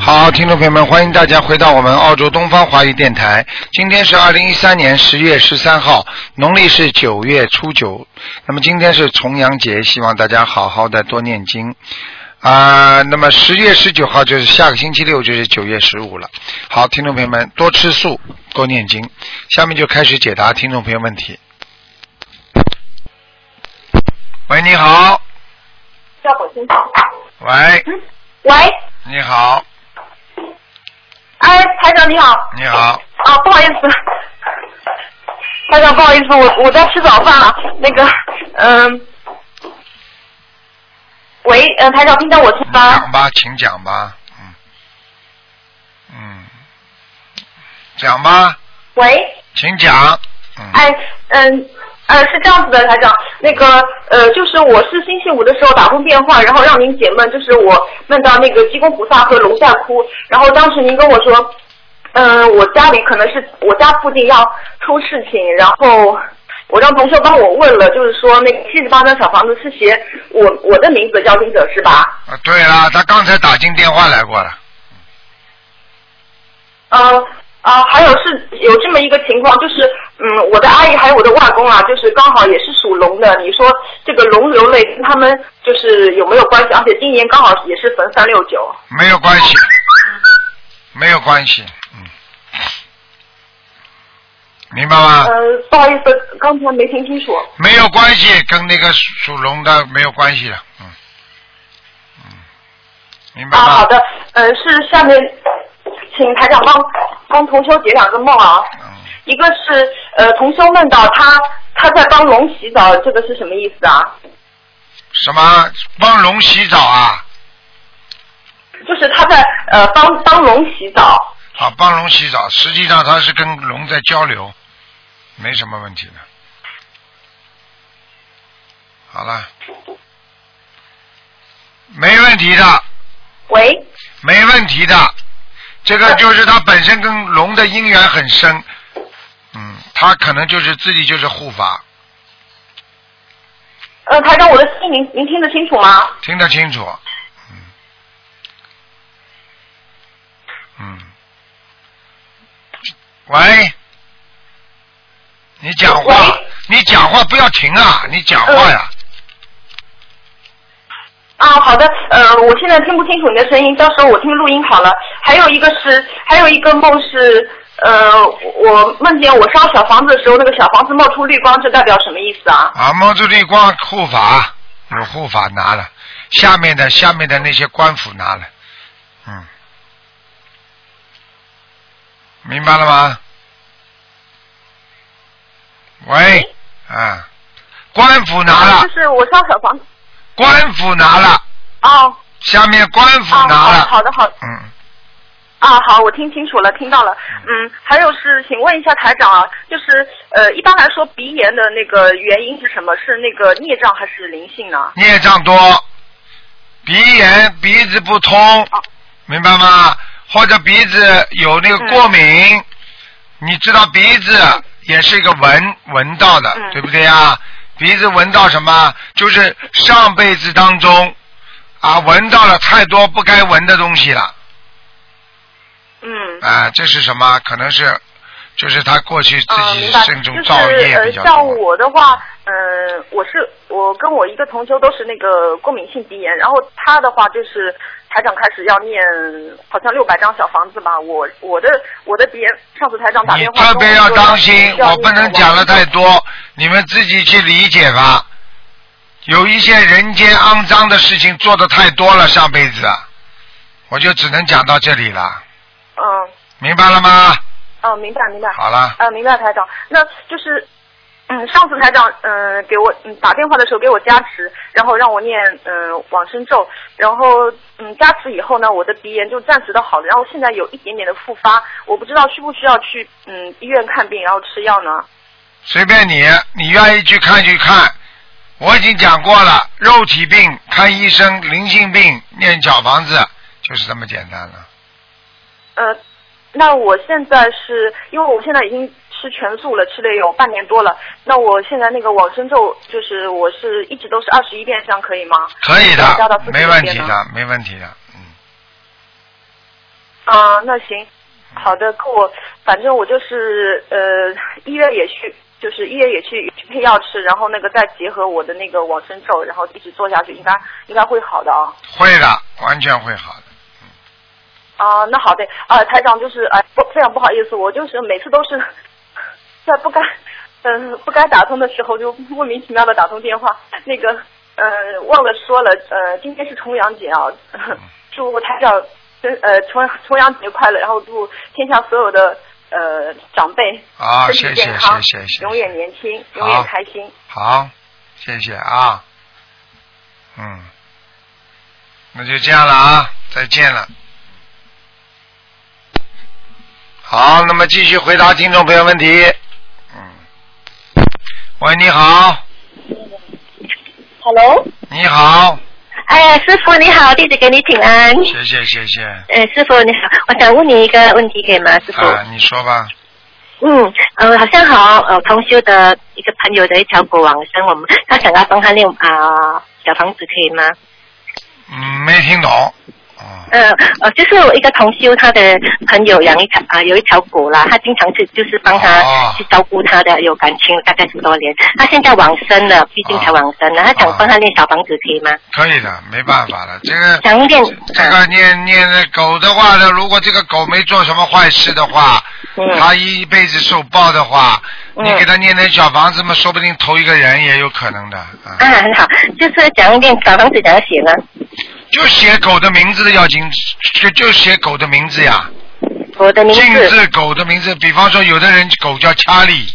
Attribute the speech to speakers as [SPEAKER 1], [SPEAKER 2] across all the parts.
[SPEAKER 1] 好，听众朋友们，欢迎大家回到我们澳洲东方华语电台。今天是二零一三年十月十三号，农历是九月初九。那么今天是重阳节，希望大家好好的多念经啊、那么十月十九号就是下个星期六，就是九月十五了。好，听众朋友们，多吃素，多念经。下面就开始解答听众朋友问题。喂，你好，
[SPEAKER 2] 效果清楚。
[SPEAKER 1] 喂，
[SPEAKER 2] 喂，
[SPEAKER 1] 你好，
[SPEAKER 2] 哎，台长你好，
[SPEAKER 1] 你好，
[SPEAKER 2] 啊，不好意思，台长不好意思，我我在吃早饭了，那个，嗯、喂，嗯、台长听到我是吗？
[SPEAKER 1] 讲吧，请讲吧，嗯，嗯，讲吧，
[SPEAKER 2] 喂，
[SPEAKER 1] 请讲，嗯，
[SPEAKER 2] 哎，嗯。呃，是这样子的，台长，那个呃，就是我是星期五的时候打通电话，然后让您解闷，就是我梦到那个济公菩萨和龙在哭，然后当时您跟我说，嗯、我家里可能是我家附近要出事情，然后我让同学帮我问了，就是说那七十八张小房子是写我我的名字叫金者是吧？
[SPEAKER 1] 啊，对了，他刚才打进电话来过了，
[SPEAKER 2] 呃啊、还有是有这么一个情况，就是嗯，我的阿姨还有我的外公啊，就是刚好也是属龙的。你说这个龙流泪跟他们就是有没有关系？而且今年刚好也是逢三六九。
[SPEAKER 1] 没有关系，没有关系，嗯，明白吗？
[SPEAKER 2] 呃，不好意思，刚才没听清楚。
[SPEAKER 1] 没有关系，跟那个属龙的没有关系的，嗯，嗯，明白
[SPEAKER 2] 啊，
[SPEAKER 1] 吗？
[SPEAKER 2] 好的，呃，是下面请台长帮帮同修解两个梦啊。
[SPEAKER 1] 嗯，
[SPEAKER 2] 一个是呃，同修梦到他他在帮龙洗澡，这个是什么意思啊？
[SPEAKER 1] 什么帮龙洗澡啊？
[SPEAKER 2] 就是他在呃帮帮龙洗澡。
[SPEAKER 1] 啊，帮龙洗澡，实际上他是跟龙在交流，没什么问题的。好了，没问题的。
[SPEAKER 2] 喂，
[SPEAKER 1] 没问题的。这个就是他本身跟龙的因缘很深，嗯，他可能就是自己就是护法，
[SPEAKER 2] 呃，台长，我的声音您您听得清楚吗？
[SPEAKER 1] 听得清楚，嗯，嗯，喂，你讲话
[SPEAKER 2] 喂，
[SPEAKER 1] 你讲话不要停啊，你讲话呀，
[SPEAKER 2] 啊，好的，呃，我现在听不清楚你的声音，到时候我听录音好了。还有一个是，还有一个梦是，呃，我梦见我烧小房子的时候，那个小房子冒出绿光，这代表什么意思啊？
[SPEAKER 1] 啊，毛主席光护法，有护法拿了，下面的下面的那些官府拿了，嗯，明白了吗？喂，啊，官府拿了
[SPEAKER 2] 啊就，是我烧小房子，
[SPEAKER 1] 官府拿了，
[SPEAKER 2] 哦，
[SPEAKER 1] 下面官府
[SPEAKER 2] 哦，
[SPEAKER 1] 拿
[SPEAKER 2] 好
[SPEAKER 1] 了，
[SPEAKER 2] 好的好的，
[SPEAKER 1] 嗯，
[SPEAKER 2] 啊，好，我听清楚了，听到了。嗯，还有是，请问一下台长啊，就是呃，一般来说鼻炎的那个原因是什么？是那个孽障还是灵性呢？
[SPEAKER 1] 孽障多，鼻炎鼻子不通，明白吗？或者鼻子有那个过敏，
[SPEAKER 2] 嗯
[SPEAKER 1] 你知道鼻子也是一个闻闻到的，
[SPEAKER 2] 嗯
[SPEAKER 1] 对不对呀？鼻子闻到什么？就是上辈子当中啊，闻到了太多不该闻的东西了
[SPEAKER 2] 嗯。
[SPEAKER 1] 啊，这是什么？可能是就是他过去自
[SPEAKER 2] 嗯，
[SPEAKER 1] 己
[SPEAKER 2] 明白，
[SPEAKER 1] 身中造业比
[SPEAKER 2] 就是呃，
[SPEAKER 1] 较多。
[SPEAKER 2] 像我的话，嗯、我是我跟我一个同修都是那个过敏性鼻炎，然后他的话就是台长开始要念好像六百张小房子吧。我我的我的鼻炎，上次台长打
[SPEAKER 1] 你
[SPEAKER 2] 电话跟
[SPEAKER 1] 特
[SPEAKER 2] 我
[SPEAKER 1] 别要
[SPEAKER 2] 说
[SPEAKER 1] 当心，
[SPEAKER 2] 需要
[SPEAKER 1] 我不
[SPEAKER 2] 念
[SPEAKER 1] 能
[SPEAKER 2] 小
[SPEAKER 1] 讲的
[SPEAKER 2] 房
[SPEAKER 1] 太
[SPEAKER 2] 子。
[SPEAKER 1] 多，你们自己去理解吧。有一些人间肮脏的事情做的太多了，上辈子，啊我就只能讲到这里了，
[SPEAKER 2] 嗯
[SPEAKER 1] 明白了吗？
[SPEAKER 2] 嗯，明白明白。
[SPEAKER 1] 好了，
[SPEAKER 2] 呃，明白台长，那就是。嗯，上次台长嗯、呃给我嗯打电话的时候给我加持，然后让我念嗯、呃往生咒，然后嗯加持以后呢，我的鼻炎就暂时的好了，然后现在有一点点的复发，我不知道需不需要去嗯医院看病，然后吃药呢？
[SPEAKER 1] 随便你，你愿意去看去看，我已经讲过了，肉体病看医生，灵性病念小房子，就是这么简单了。
[SPEAKER 2] 呃，那我现在是因为我现在已经吃全素了，吃了有半年多了。那我现在那个往生咒，就是我是一直都是二十一遍，这样可以吗？
[SPEAKER 1] 可以
[SPEAKER 2] 那加到
[SPEAKER 1] 的
[SPEAKER 2] 49，
[SPEAKER 1] 没问题
[SPEAKER 2] 遍呢。
[SPEAKER 1] 的，没问题的。嗯
[SPEAKER 2] 啊、那行，好的，跟我反正我就是呃，医院也去，就是医院也去去配药吃，然后那个再结合我的那个往生咒，然后一直做下去，应该应该会好的啊。
[SPEAKER 1] 会的，完全会好的。
[SPEAKER 2] 啊，那好的，啊，台长就是，哎、不，非常不好意思，我就是每次都是在不该，嗯、不该打通的时候就莫名其妙的打通电话，那个，呃，忘了说了，呃，今天是重阳节啊，祝台长生，呃，重重阳节快乐，然后祝天下所有的呃长辈
[SPEAKER 1] 好，
[SPEAKER 2] 身体
[SPEAKER 1] 啊谢谢，
[SPEAKER 2] 健康，
[SPEAKER 1] 谢谢，谢
[SPEAKER 2] 永
[SPEAKER 1] 谢。
[SPEAKER 2] 远年轻，永远
[SPEAKER 1] 好
[SPEAKER 2] 开心。
[SPEAKER 1] 好，谢谢啊。嗯，那就这样了啊，再见了。好，那么继续回答听众朋友问题。嗯，喂，你好，
[SPEAKER 3] Hello，
[SPEAKER 1] 你好，
[SPEAKER 3] 哎，师傅你好，弟子给你请安。
[SPEAKER 1] 谢谢谢谢，
[SPEAKER 3] 呃，师傅你好，我想问你一个问题，可以吗，师傅？
[SPEAKER 1] 啊，你说吧，
[SPEAKER 3] 嗯，呃，好像好，呃，同修的一个朋友的一条狗往生，我们他想要帮他念啊、小房子，可以吗？
[SPEAKER 1] 嗯，没听懂，嗯
[SPEAKER 3] 呃，呃，就是我一个同修，他的朋友养一条啊、有一条狗啦，他经常是就是帮他
[SPEAKER 1] 哦
[SPEAKER 3] 去照顾他的，有感情大概十多年，他现在往生了，毕竟才往生了，他
[SPEAKER 1] 哦
[SPEAKER 3] 想帮他念小房子，可以吗？
[SPEAKER 1] 可以的，没办法了，这个
[SPEAKER 3] 想念
[SPEAKER 1] 这个念念那狗的话呢，如果这个狗没做什么坏事的话，
[SPEAKER 3] 嗯
[SPEAKER 1] 它一辈子受报的话，
[SPEAKER 3] 嗯
[SPEAKER 1] 你给它念点小房子嘛，说不定投一个人也有可能的啊。
[SPEAKER 3] 啊，很好，就是想念小房子怎样写呢？
[SPEAKER 1] 就写狗的名字的要紧，就就写狗的名字呀，
[SPEAKER 3] 我的名
[SPEAKER 1] 禁
[SPEAKER 3] 字
[SPEAKER 1] 止狗的名字。比方说，有的人狗叫查理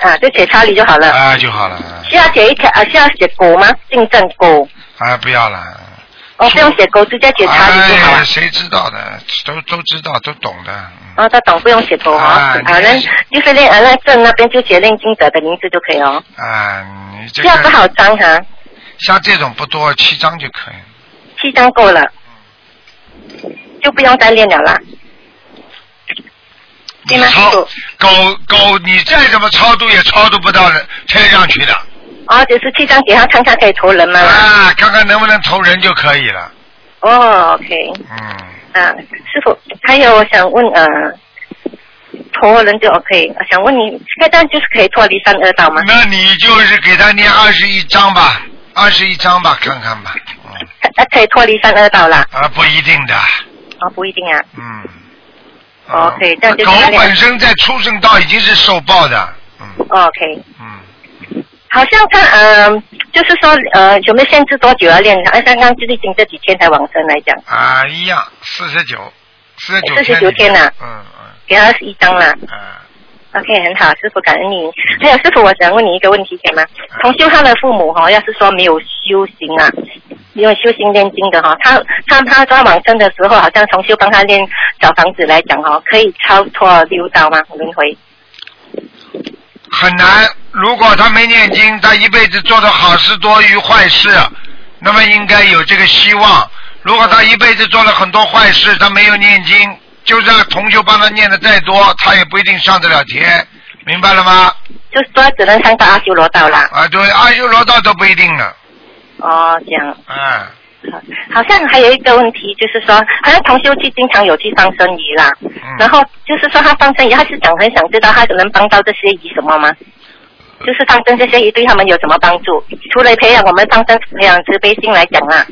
[SPEAKER 3] 啊，就写查理就好了。
[SPEAKER 1] 啊就好了啊
[SPEAKER 3] 需要写一条啊，需要写狗吗？姓郑狗，
[SPEAKER 1] 啊，不要了。
[SPEAKER 3] 哦，不用写狗，直接写查理就好了
[SPEAKER 1] 哎，。谁知道的，都都知道，都懂的。嗯
[SPEAKER 3] 哦，他懂，不用写狗
[SPEAKER 1] 啊
[SPEAKER 3] 啊。
[SPEAKER 1] 你
[SPEAKER 3] 啊，那就是练啊，那郑那边就写练经者的名字就可以哦。
[SPEAKER 1] 啊，你这
[SPEAKER 3] 需要多
[SPEAKER 1] 个
[SPEAKER 3] 少张哈、
[SPEAKER 1] 像这种不多，七张就可以了。
[SPEAKER 3] 七张够了，就不用再练了啦。对吗，师
[SPEAKER 1] 超
[SPEAKER 3] 傅？
[SPEAKER 1] 狗狗，你再怎么超度也超度不到人天上去的
[SPEAKER 3] 哦，就是七张给他看看可以投人吗？
[SPEAKER 1] 啊！看看能不能投人就可以了。
[SPEAKER 3] 哦，OK。
[SPEAKER 1] 嗯，
[SPEAKER 3] 啊，师傅，还有我想问呃，托人就 OK，想问你这样就是可以脱离三恶道吗？
[SPEAKER 1] 那你就是给他念二十一章吧，二十一章吧，看看吧。嗯，
[SPEAKER 3] 呃，可以脱离三恶道啦？
[SPEAKER 1] 啊，不一定的。
[SPEAKER 3] 哦，不一定啊。
[SPEAKER 1] 嗯。
[SPEAKER 3] 哦
[SPEAKER 1] 嗯
[SPEAKER 3] 对这样就
[SPEAKER 1] 狗
[SPEAKER 3] 是他俩
[SPEAKER 1] 本身在畜生道已经是受报的。嗯
[SPEAKER 3] 哦 OK，
[SPEAKER 1] 嗯，
[SPEAKER 3] 好像他呃，就是说呃，有没有限制多久要练？啊，刚刚最近这几天才往生来讲，
[SPEAKER 1] 啊，一样，四十九，四十九
[SPEAKER 3] 49
[SPEAKER 1] 天。
[SPEAKER 3] 天呐
[SPEAKER 1] 嗯
[SPEAKER 3] 给二十一张啦。
[SPEAKER 1] 嗯啊，
[SPEAKER 3] OK，很好，师傅感恩你。还有师傅，我想问你一个问题，可以吗？同修他的父母哈、要是说没有修行啊，没有修行念经的哈、他他他抓往生的时候，好像同修帮他念小房子来讲哈、哦可以超脱六道吗？轮回？
[SPEAKER 1] 很难。如果他没念经，他一辈子做的好事多于坏事，那么应该有这个希望。如果他一辈子做了很多坏事，他没有念经，就算同修帮他念的再多，他也不一定上得了天，明白了吗？
[SPEAKER 3] 就是说只能上到阿修罗道啦。
[SPEAKER 1] 啊，对，阿修罗道都不一定了，
[SPEAKER 3] 哦，这样。
[SPEAKER 1] 啊，
[SPEAKER 3] 好像还有一个问题，就是说，好像同修去经常有去放生鱼啦，然
[SPEAKER 1] 嗯，
[SPEAKER 3] 后就是说他放生鱼，他是想很想知道他能帮到这些鱼什么吗？就是放生这些鱼对他们有什么帮助？除了培养我们放生培养慈悲心来讲啊，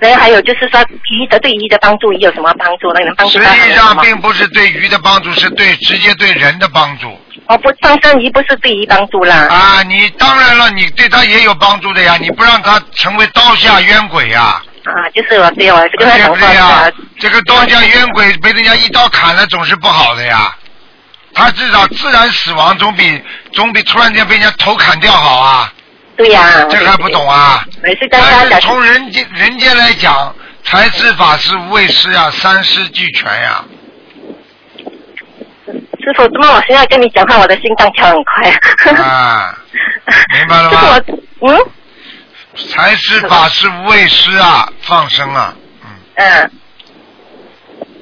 [SPEAKER 3] 然后还有就是说鱼的对鱼的帮助鱼有什么帮助呢？能帮助
[SPEAKER 1] 实
[SPEAKER 3] 到他
[SPEAKER 1] 际
[SPEAKER 3] 们什
[SPEAKER 1] 上
[SPEAKER 3] 么？
[SPEAKER 1] 并不是对鱼的帮助，是对直接对人的帮助
[SPEAKER 3] 哦，不，放生鱼不是对鱼帮助啦。
[SPEAKER 1] 啊。你当然了，你对他也有帮助的呀，你不让他成为刀下冤鬼呀、
[SPEAKER 3] 啊，就是我对我是跟他
[SPEAKER 1] 对
[SPEAKER 3] 讲
[SPEAKER 1] 不
[SPEAKER 3] 过的
[SPEAKER 1] 对呀
[SPEAKER 3] 啊，？
[SPEAKER 1] 这个刀下冤鬼被人家一刀砍了，总是不好的呀。他至少自然死亡总比总比突然间被人家头砍掉好啊！
[SPEAKER 3] 对呀、
[SPEAKER 1] 这个还不懂啊？
[SPEAKER 3] 我是跟他
[SPEAKER 1] 但是
[SPEAKER 3] 讲，
[SPEAKER 1] 从人间人间来讲，财施法施无畏施呀，啊三施俱全呀。
[SPEAKER 3] 师傅，怎么我现在跟你讲话，我的心脏跳很快啊？
[SPEAKER 1] 啊，明白了吗
[SPEAKER 3] 就是我，嗯，
[SPEAKER 1] 财师法师无畏师啊，放生啊，
[SPEAKER 3] 嗯，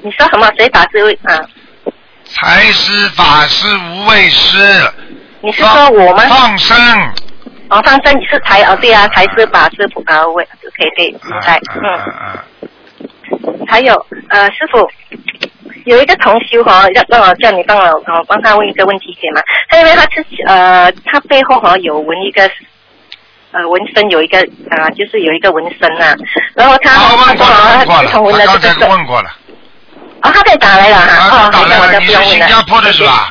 [SPEAKER 3] 你说什么？谁把这位啊？
[SPEAKER 1] 财师法师无畏师。
[SPEAKER 3] 你是说我吗？
[SPEAKER 1] 放生。
[SPEAKER 3] 哦，放生你是财哦，对啊，财是把是普高位，可以可以明白，嗯。
[SPEAKER 1] 嗯
[SPEAKER 3] 还有呃，师傅有一个同修哈、要让我叫你帮我呃帮他问一个问题解嘛。他因为他自己呃，他背后哈、有纹一个呃纹身，有一个啊、呃就是有一个纹身啊。然后他
[SPEAKER 1] 啊，问过
[SPEAKER 3] 他
[SPEAKER 1] 了，问
[SPEAKER 3] 说
[SPEAKER 1] 过
[SPEAKER 3] 他自从纹了这个
[SPEAKER 1] 了，他刚才
[SPEAKER 3] 身
[SPEAKER 1] 问过了，
[SPEAKER 3] 哦，他被打来了
[SPEAKER 1] 啊
[SPEAKER 3] 哈、
[SPEAKER 1] 他
[SPEAKER 3] 哦，好
[SPEAKER 1] 打
[SPEAKER 3] 的
[SPEAKER 1] 来
[SPEAKER 3] 好
[SPEAKER 1] 了。
[SPEAKER 3] 的，
[SPEAKER 1] 你
[SPEAKER 3] 不用问
[SPEAKER 1] 是新
[SPEAKER 3] 了。
[SPEAKER 1] 加坡的是吧？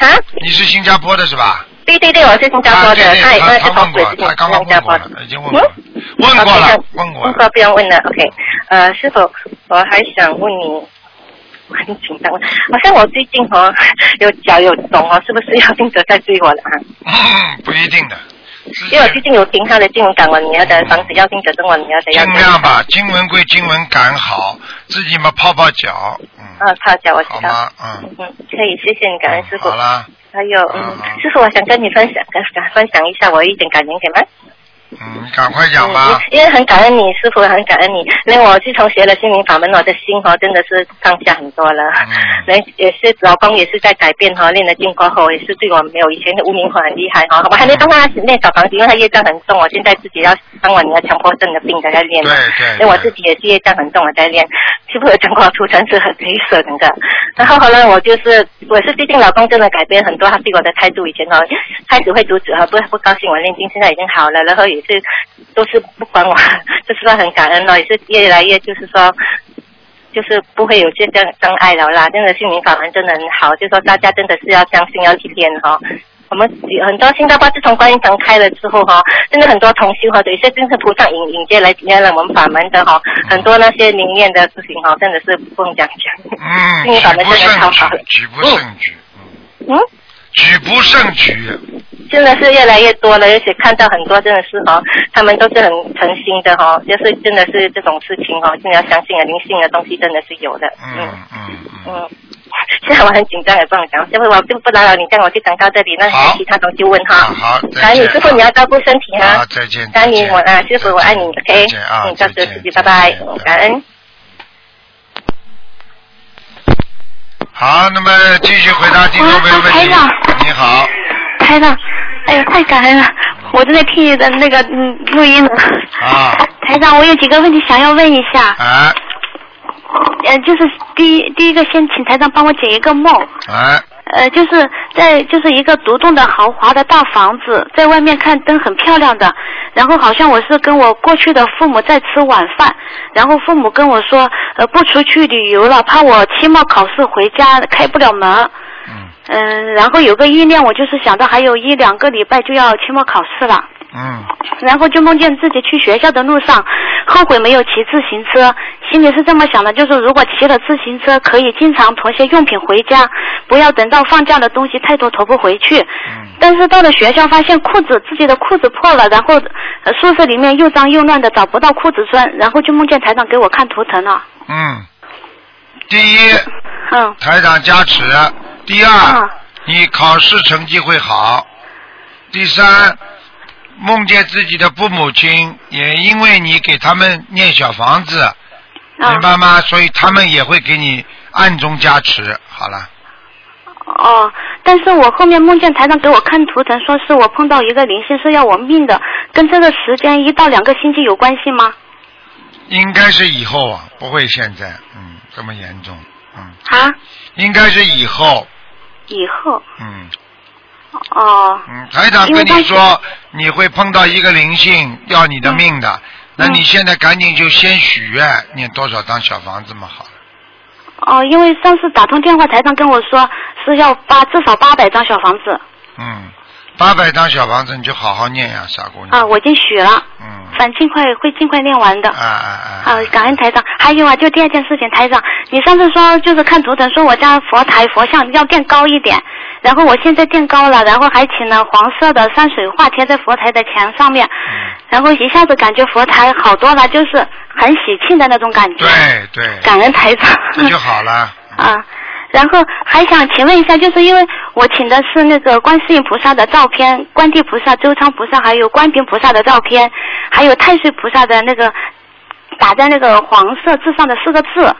[SPEAKER 3] 啊，
[SPEAKER 1] 你是新加坡的是吧？
[SPEAKER 3] 对对对，我是新加坡
[SPEAKER 1] 啊，
[SPEAKER 3] 的
[SPEAKER 1] 对，
[SPEAKER 3] 他
[SPEAKER 1] 对，
[SPEAKER 3] 也
[SPEAKER 1] 他
[SPEAKER 3] 是
[SPEAKER 1] 他
[SPEAKER 3] 从
[SPEAKER 1] 问
[SPEAKER 3] 鬼
[SPEAKER 1] 过了，
[SPEAKER 3] 子
[SPEAKER 1] 他刚刚
[SPEAKER 3] 新加
[SPEAKER 1] 问
[SPEAKER 3] 坡
[SPEAKER 1] 过
[SPEAKER 3] 的。嗯
[SPEAKER 1] 了，已经问过了，问
[SPEAKER 3] 好
[SPEAKER 1] 过
[SPEAKER 3] 这
[SPEAKER 1] 了
[SPEAKER 3] 个，
[SPEAKER 1] 问过
[SPEAKER 3] 问
[SPEAKER 1] 了
[SPEAKER 3] 过。不用问了，OK。呃，师傅，我还想问你，我很紧张，好像我最近哦 有脚有肿哦，是不是要定格在追我了啊？
[SPEAKER 1] 嗯，不一定的，自己
[SPEAKER 3] 因为我最近有听他的金融感我你要的防止要定格跟我你要的要定
[SPEAKER 1] 尽
[SPEAKER 3] 格
[SPEAKER 1] 量。把经文归经文赶好，自己嘛泡泡脚，嗯，
[SPEAKER 3] 嗯，好脚我知
[SPEAKER 1] 好
[SPEAKER 3] 道。
[SPEAKER 1] 吗？嗯，
[SPEAKER 3] 嗯，可以，谢谢你，感恩师傅
[SPEAKER 1] 好。啦，
[SPEAKER 3] 还有，
[SPEAKER 1] 好
[SPEAKER 3] 嗯
[SPEAKER 1] 好，
[SPEAKER 3] 师傅，我想跟你分享，跟跟分享一下我一点感言，给吗？
[SPEAKER 1] 嗯，你赶快讲吧。
[SPEAKER 3] 嗯因为很感恩你师傅，很感恩你。因为我自从学了心灵法门，我的心哈真的是放下很多了。
[SPEAKER 1] 嗯，
[SPEAKER 3] 人也是老公也是在改变哈，练了经过后也是对我没有以前的无名火很厉害哦
[SPEAKER 1] 嗯
[SPEAKER 3] 哈。我还没帮他练小房子，因为他业障很重，我现在自己要当我女儿强迫症的病在在练
[SPEAKER 1] 对
[SPEAKER 3] 嘛。
[SPEAKER 1] 对
[SPEAKER 3] 因为哎我自
[SPEAKER 1] 对，
[SPEAKER 3] 己也是业障很重，我在练，师傅有讲过我图层是很黑色的。然后后来我就是，我是最近老公真的改变很多，他对我的态度以前哦，开始会阻止和不不高兴我练经，现在已经好了，然后也是都是不管我， 就是说很感恩哦咯，也是越来越就是说。就是不会有这样障碍了啦，真的心灵法门真的很好，就说大家真的是要相信，要去练哈、我们很多新加坡自从观音堂开了之后哈、真的很多同修哈、有一些真是菩萨引引荐来来了我们法门的哈、很多那些灵验的事情哈、真的是不用讲讲。
[SPEAKER 1] 嗯，
[SPEAKER 3] 心灵法
[SPEAKER 1] 举
[SPEAKER 3] 门
[SPEAKER 1] 不
[SPEAKER 3] 真的超
[SPEAKER 1] 胜
[SPEAKER 3] 好
[SPEAKER 1] 举，举不胜举，
[SPEAKER 3] 嗯，
[SPEAKER 1] 举不胜举，
[SPEAKER 3] 真的是越来越多了，而且看到很多真的是哈、他们都是很诚心的哈、就是真的是这种事情哈、真的要相信啊，灵性的东西真的是有的。嗯
[SPEAKER 1] 嗯嗯嗯，
[SPEAKER 3] 嗯，现在我很紧张，也不能讲，要不我就不打扰你，这样我就讲到这里，那还有其他东西问哈。
[SPEAKER 1] 啊好，
[SPEAKER 3] 啊，
[SPEAKER 1] 再
[SPEAKER 3] 你
[SPEAKER 1] 见。
[SPEAKER 3] 师傅你要照顾身体
[SPEAKER 1] 啊
[SPEAKER 3] 啊，，
[SPEAKER 1] 再见。
[SPEAKER 3] 感恩你
[SPEAKER 1] 再见
[SPEAKER 3] 我啊，师傅我爱你
[SPEAKER 1] 再
[SPEAKER 3] ，OK，
[SPEAKER 1] 见啊，
[SPEAKER 3] 嗯，照顾
[SPEAKER 1] 再见
[SPEAKER 3] 自己，拜拜
[SPEAKER 1] 再见，
[SPEAKER 3] 感恩。
[SPEAKER 1] 好，那么继续回答听众朋友问
[SPEAKER 4] 啊台
[SPEAKER 1] 题
[SPEAKER 4] 长。
[SPEAKER 1] 你好，
[SPEAKER 4] 台长，哎呀，太感恩了！我正在听你的那个嗯录音呢。
[SPEAKER 1] 啊
[SPEAKER 4] 台长，我有几个问题想要问一下，
[SPEAKER 1] 哎
[SPEAKER 4] 呃，就是第一第一个先请台长帮我解一个梦，
[SPEAKER 1] 哎，
[SPEAKER 4] 呃，就是在就是一个独栋的豪华的大房子，在外面看灯很漂亮的，然后好像我是跟我过去的父母在吃晚饭，然后父母跟我说，呃，不出去旅游了，怕我期末考试回家开不了门。
[SPEAKER 1] 嗯
[SPEAKER 4] 嗯，然后有个意念，我就是想到还有一两个礼拜就要期末考试了，
[SPEAKER 1] 嗯
[SPEAKER 4] 然后就梦见自己去学校的路上，后悔没有骑自行车，心里是这么想的，就是如果骑了自行车，可以经常驮些用品回家，不要等到放假的东西太多驮不回去。
[SPEAKER 1] 嗯
[SPEAKER 4] 但是到了学校，发现裤子自己的裤子破了，然后呃宿舍里面又脏又乱的，找不到裤子穿，然后就梦见台长给我看图腾了。
[SPEAKER 1] 嗯，第一
[SPEAKER 4] 嗯，
[SPEAKER 1] 台长加持，第二
[SPEAKER 4] 啊
[SPEAKER 1] 你考试成绩会好，第三梦见自己的父母亲，也因为你给他们念小房子，明
[SPEAKER 4] 啊，
[SPEAKER 1] 白吗？所以他们也会给你暗中加持。好了，
[SPEAKER 4] 哦，但是我后面梦见台长给我看图腾，说是我碰到一个灵性是要我命的，跟这个时间一到两个星期有关系吗？
[SPEAKER 1] 应该是以后啊，不会现在，嗯，这么严重，嗯，
[SPEAKER 4] 啊，
[SPEAKER 1] 应该是以后，
[SPEAKER 4] 以后
[SPEAKER 1] 嗯
[SPEAKER 4] 哦，
[SPEAKER 1] 嗯，台长跟你说你会碰到一个灵性要你的命的，
[SPEAKER 4] 嗯
[SPEAKER 1] 那你现在赶紧就先许愿，念多少张小房子嘛好了，
[SPEAKER 4] 哦，因为上次打通电话，台长跟我说是要八至少八百张小房子
[SPEAKER 1] 嗯，八百张小房子你就好好念呀，傻姑娘，
[SPEAKER 4] 啊，我已经许了，
[SPEAKER 1] 嗯，
[SPEAKER 4] 反正尽快会尽快练完的。
[SPEAKER 1] 啊啊啊
[SPEAKER 4] 啊，，感恩台长。还有啊，就第二件事情，台长，你上次说就是看图腾，说我家佛台佛像要垫高一点，然后我现在垫高了，然后还请了黄色的山水画贴在佛台的墙上面，
[SPEAKER 1] 嗯
[SPEAKER 4] 然后一下子感觉佛台好多了，就是很喜庆的那种感觉。
[SPEAKER 1] 对对，
[SPEAKER 4] 感恩台长。
[SPEAKER 1] 这就好了，
[SPEAKER 4] 啊，然后还想请问一下，就是因为我请的是那个观世音菩萨的照片、观地菩萨、周仓菩萨，还有观平菩萨的照片，还有太岁菩萨的那个打在那个黄色字上的四个字。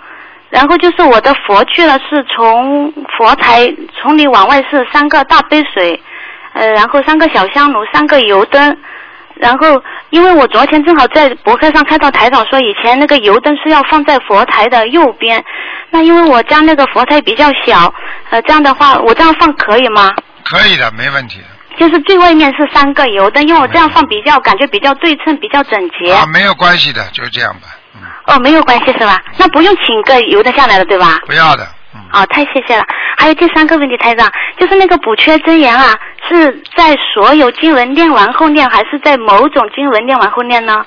[SPEAKER 4] 然后就是我的佛具呢，是从佛台从里往外是三个大杯水，呃，然后三个小香炉，三个油灯。然后，因为我昨天正好在博客上看到台长说，以前那个油灯是要放在佛台的右边。那因为我家那个佛台比较小，呃，这样的话，我这样放可以吗？
[SPEAKER 1] 可以的，没问题的
[SPEAKER 4] 就是最外面是三个油灯，因为我这样放比较感觉比较对称，比较整洁。
[SPEAKER 1] 啊，没有关系的，就这样吧，嗯，
[SPEAKER 4] 哦，没有关系是吧？那不用请个油灯下来了，对吧？
[SPEAKER 1] 不要的，嗯，
[SPEAKER 4] 哦，太谢谢了。还有第三个问题，台长，就是那个补缺真言啊，是在所有经文念完后念，还是在某种经文念完后念呢？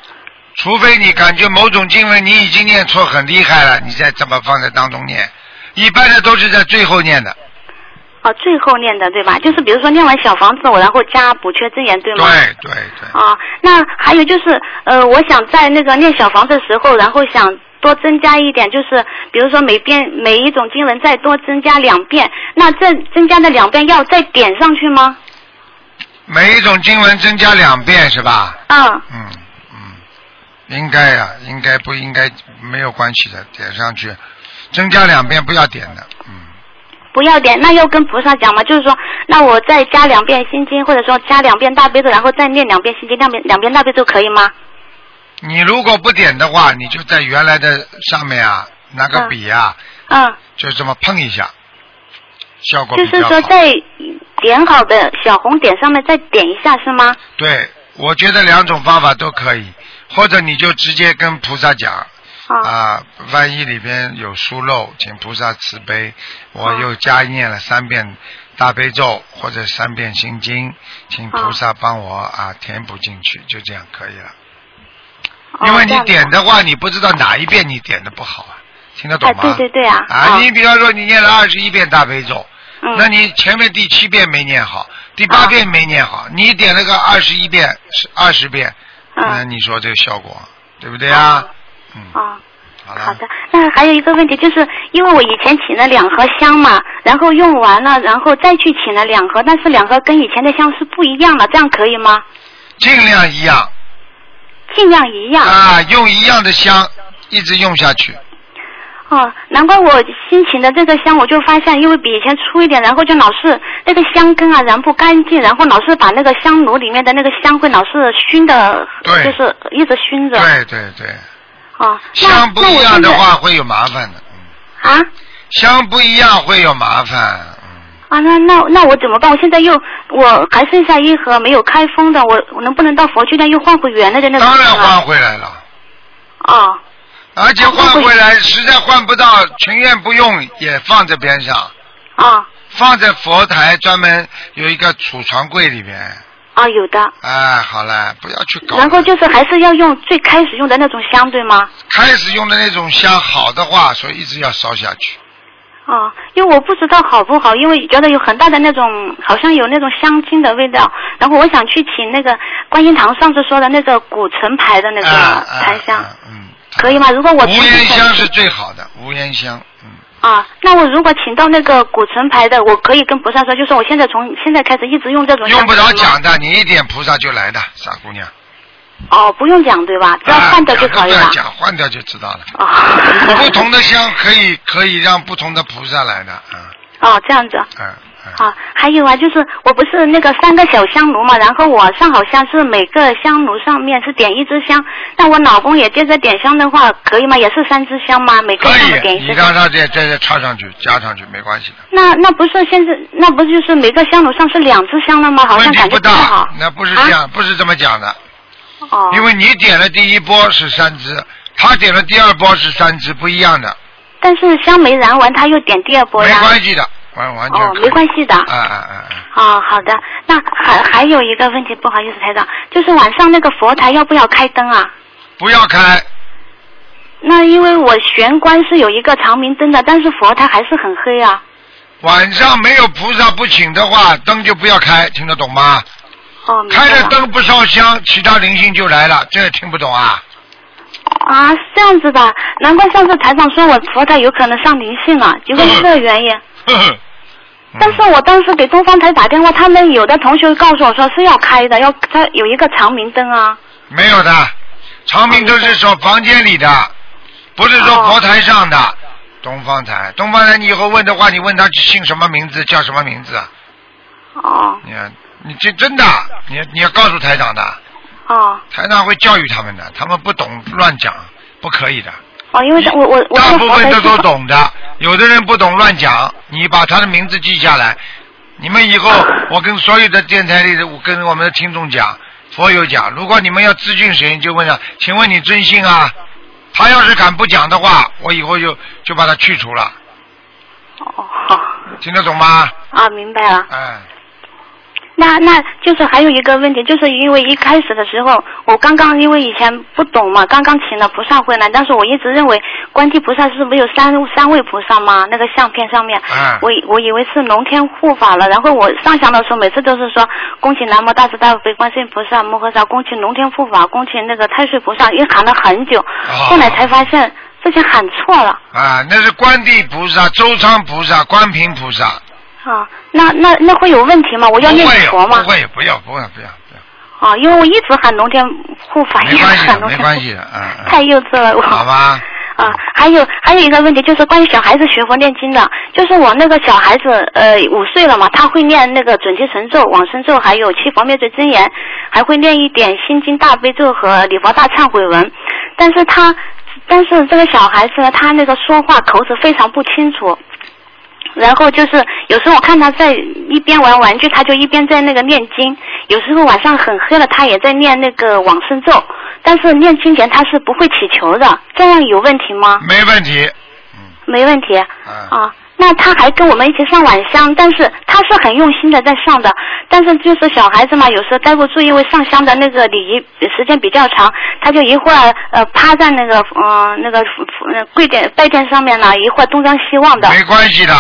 [SPEAKER 1] 除非你感觉某种经文你已经念错很厉害了，你再怎么放在当中念，一般的都是在最后念的，
[SPEAKER 4] 哦，最后念的对吧？就是比如说念完小房子，我然后加补缺真言，对吗？
[SPEAKER 1] 对对对，
[SPEAKER 4] 啊，那还有就是，呃，我想在那个念小房的时候，然后想多增加一点，就是比如说每遍每一种经文再多增加两遍，那这增加的两遍要再点上去吗？
[SPEAKER 1] 每一种经文增加两遍是吧？
[SPEAKER 4] 嗯，
[SPEAKER 1] 嗯嗯，应该呀、应该不应该没有关系的，点上去，增加两遍不要点的，嗯，
[SPEAKER 4] 不要点，那要跟菩萨讲嘛，就是说，那我再加两遍心经，或者说加两遍大悲咒，然后再念两遍心经，两遍两遍大悲咒可以吗？
[SPEAKER 1] 你如果不点的话，你就在原来的上面啊，拿个笔啊，
[SPEAKER 4] 嗯，
[SPEAKER 1] 就这么碰一下，效果
[SPEAKER 4] 就
[SPEAKER 1] 比
[SPEAKER 4] 是
[SPEAKER 1] 较好。
[SPEAKER 4] 说在点好的小红点上面再点一下是吗？
[SPEAKER 1] 对，我觉得两种方法都可以，或者你就直接跟菩萨讲。
[SPEAKER 4] 啊，
[SPEAKER 1] 啊，万一里边有疏漏，请菩萨慈悲。我又加念了三遍大悲咒或者三遍心经，请菩萨帮我啊填补进去，就这样可以了。
[SPEAKER 4] 哦
[SPEAKER 1] 因为
[SPEAKER 4] 这
[SPEAKER 1] 你
[SPEAKER 4] 样子
[SPEAKER 1] 点的话，你不知道哪一遍你点的不好啊，听得懂
[SPEAKER 4] 哎，
[SPEAKER 1] 吗？
[SPEAKER 4] 对对对啊，
[SPEAKER 1] 啊，你比方说你念了二十一遍大悲咒，
[SPEAKER 4] 嗯
[SPEAKER 1] 那你前面第七遍没念好，第八遍没念好，你点了个二十一遍是二十遍，那
[SPEAKER 4] 嗯
[SPEAKER 1] 你说这个效果对不对啊？嗯，
[SPEAKER 4] 啊。
[SPEAKER 1] 好了。
[SPEAKER 4] 好的，那还有一个问题，就是因为我以前请了两盒香嘛，然后用完了，然后再去请了两盒，但是两盒跟以前的香是不一样的，这样可以吗？
[SPEAKER 1] 尽量一样
[SPEAKER 4] 尽量一样。
[SPEAKER 1] 啊，用一样的香一直用下去。
[SPEAKER 4] 哦，难怪我新请的这个香，我就发现，因为比以前粗一点，然后就老是那个香根啊燃不干净，然后老是把那个香炉里面的那个香灰老是熏的，
[SPEAKER 1] 对
[SPEAKER 4] 就是一直熏着。
[SPEAKER 1] 对对对，
[SPEAKER 4] 哦，那
[SPEAKER 1] 香不
[SPEAKER 4] 那
[SPEAKER 1] 一
[SPEAKER 4] 我
[SPEAKER 1] 样
[SPEAKER 4] 现
[SPEAKER 1] 的
[SPEAKER 4] 在
[SPEAKER 1] 话会有麻烦的，嗯
[SPEAKER 4] 啊。
[SPEAKER 1] 香不一样会有麻烦。嗯
[SPEAKER 4] 啊，那那那我怎么办？我现在又我还剩下一盒没有开封的，我我能不能到佛具店又换回原来的那个？啊
[SPEAKER 1] 当然换。回来了，
[SPEAKER 4] 哦
[SPEAKER 1] 而且换回来实在换不到，情愿不用也放在边上，
[SPEAKER 4] 哦
[SPEAKER 1] 放在佛台专门有一个储藏柜里面。
[SPEAKER 4] 哦，有的。
[SPEAKER 1] 哎，好了，不要去搞了。
[SPEAKER 4] 然后就是还是要用最开始用的那种香，对吗？
[SPEAKER 1] 开始用的那种香好的话，所以一直要烧下去。
[SPEAKER 4] 哦，因为我不知道好不好，因为觉得有很大的那种，好像有那种香精的味道。然后我想去请那个观音堂上次说的那个古城牌的那个
[SPEAKER 1] 啊
[SPEAKER 4] 檀香，
[SPEAKER 1] 啊啊嗯，
[SPEAKER 4] 可以吗？如果我
[SPEAKER 1] 无
[SPEAKER 4] 自己
[SPEAKER 1] 烟
[SPEAKER 4] 想
[SPEAKER 1] 香是最好的，无烟香，嗯，
[SPEAKER 4] 啊，那我如果请到那个古城牌的，我可以跟菩萨说，就说我现在从现在开始一直用这种香
[SPEAKER 1] 用不着
[SPEAKER 4] 可以吗
[SPEAKER 1] 讲的，你一点菩萨就来的，傻姑娘。
[SPEAKER 4] 哦，不用讲对吧？只要
[SPEAKER 1] 啊
[SPEAKER 4] 换掉就
[SPEAKER 1] 讲都
[SPEAKER 4] 可以
[SPEAKER 1] 不
[SPEAKER 4] 了
[SPEAKER 1] 要。讲，换掉就知道了。
[SPEAKER 4] 哦，
[SPEAKER 1] 不同的香可以可以让不同的菩萨来的，啊
[SPEAKER 4] 哦，这样子。
[SPEAKER 1] 啊啊！
[SPEAKER 4] 啊，还有啊，就是我不是那个三个小香炉嘛，然后我上好像是每个香炉上面是点一支香，那我老公也接着点香的话，可以吗？也是三支香吗？每个
[SPEAKER 1] 可
[SPEAKER 4] 上面
[SPEAKER 1] 以，啊
[SPEAKER 4] 点一
[SPEAKER 1] 你
[SPEAKER 4] 支
[SPEAKER 1] 让
[SPEAKER 4] 香。
[SPEAKER 1] 他再再再插上去，加上去没关系的，
[SPEAKER 4] 那那不是现在那不就是每个香炉上是两支香了吗？好
[SPEAKER 1] 问
[SPEAKER 4] 像
[SPEAKER 1] 题
[SPEAKER 4] 感觉
[SPEAKER 1] 不
[SPEAKER 4] 不太好啊
[SPEAKER 1] 大。。那不是这样，不是这么讲的，
[SPEAKER 4] 哦。
[SPEAKER 1] 因为你点了第一波是三支，他点了第二波是三支，不一样的，
[SPEAKER 4] 但是香没燃完，他又点第二波
[SPEAKER 1] 没
[SPEAKER 4] 呀。
[SPEAKER 1] 关系的，完完全
[SPEAKER 4] 哦
[SPEAKER 1] 可，以
[SPEAKER 4] 没关系的。
[SPEAKER 1] 啊啊啊！啊
[SPEAKER 4] 哦，好的。那还还有一个问题，不好意思，台长，就是晚上那个佛台要不要开灯啊？
[SPEAKER 1] 不要开，
[SPEAKER 4] 那因为我玄关是有一个长明灯的，但是佛台还是很黑啊。
[SPEAKER 1] 晚上没有菩萨不请的话，灯就不要开，听得懂吗？
[SPEAKER 4] 哦，明白
[SPEAKER 1] 开
[SPEAKER 4] 了
[SPEAKER 1] 了灯不烧香，其他灵性就来了，这听不懂啊？
[SPEAKER 4] 啊，啊是这样子的，难怪上次台长说我佛台有可能上灵性了，结果是这个原因。
[SPEAKER 1] 呵呵嗯
[SPEAKER 4] 但是我当时给东方台打电话，他们有的同学告诉我说是要开的，要他有一个长明灯啊。
[SPEAKER 1] 没有的，长明灯是说房间里的，不是说佛台上的。东方台，东方台，你以后问的话，你问他姓什么名字，叫什么名字？
[SPEAKER 4] 哦
[SPEAKER 1] 你看，你这真的，你你要告诉台长的，
[SPEAKER 4] 哦
[SPEAKER 1] 台长会教育他们的，他们不懂乱讲，不可以的。
[SPEAKER 4] 哦，因为我我我
[SPEAKER 1] 大
[SPEAKER 4] 在
[SPEAKER 1] 部
[SPEAKER 4] 佛
[SPEAKER 1] 分
[SPEAKER 4] 台
[SPEAKER 1] 的都
[SPEAKER 4] 是
[SPEAKER 1] 懂的，有的人不懂乱讲，你把他的名字记下来。你们以后， 我跟所有的电台里的，我跟我们的听众讲，佛友讲，如果你们要咨询谁，就问他，请问你尊姓啊？他要是敢不讲的话，我以后就就把他去除了，
[SPEAKER 4] 哦好
[SPEAKER 1] 听得懂吗？
[SPEAKER 4] 啊，明白了。
[SPEAKER 1] 哎，
[SPEAKER 4] 那那就是还有一个问题，就是因为一开始的时候，我刚刚因为以前不懂嘛，刚刚请了菩萨回来，但是我一直认为观地菩萨是不是有三三位菩萨嘛？那个相片上面，
[SPEAKER 1] 哎
[SPEAKER 4] 我以我以为是龙天护法了，然后我上香的时候每次都是说恭请南无大慈大悲观世音菩萨摩诃萨，恭请龙天护法，恭请那个太岁菩萨，因为喊了很久，后来才发现之前喊错了
[SPEAKER 1] 啊，那是观地菩萨、周仓菩萨、观平菩萨，
[SPEAKER 4] 啊，那那那会有问题吗？我
[SPEAKER 1] 不
[SPEAKER 4] 要念
[SPEAKER 1] 会有，
[SPEAKER 4] 佛吗
[SPEAKER 1] 不？会，不要，不要，不要，不要，
[SPEAKER 4] 啊，因为我一直喊龙天护法，一
[SPEAKER 1] 没
[SPEAKER 4] 直
[SPEAKER 1] 关系
[SPEAKER 4] 喊
[SPEAKER 1] 的，
[SPEAKER 4] 龙
[SPEAKER 1] 没
[SPEAKER 4] 天护
[SPEAKER 1] 关
[SPEAKER 4] 法。
[SPEAKER 1] 系的，嗯，嗯
[SPEAKER 4] 太幼稚了，我
[SPEAKER 1] 好吧，
[SPEAKER 4] 啊，还有还有一个问题就是关于小孩子学佛念经的，就是我那个小孩子呃五岁了嘛，他会念那个准提神咒、往生咒，还有七佛灭罪真言，还会念一点心经大悲咒和礼佛大忏悔文，但是他但是这个小孩子呢，他那个说话口齿非常不清楚。然后就是有时候我看他在一边玩玩具，他就一边在那个念经。有时候晚上很黑了，他也在念那个往生咒，但是念经前他是不会祈求的，这样有问题吗？
[SPEAKER 1] 没问题，
[SPEAKER 4] 没问题
[SPEAKER 1] 嗯。
[SPEAKER 4] 啊。那他还跟我们一起上晚香，但是他是很用心的在上的，但是就是小孩子嘛，有时候待不住，因为上香的那个礼仪时间比较长，他就一会儿呃趴在那个嗯、呃那个呃跪垫拜垫上面呢，一会儿东张西望的。
[SPEAKER 1] 没关系的，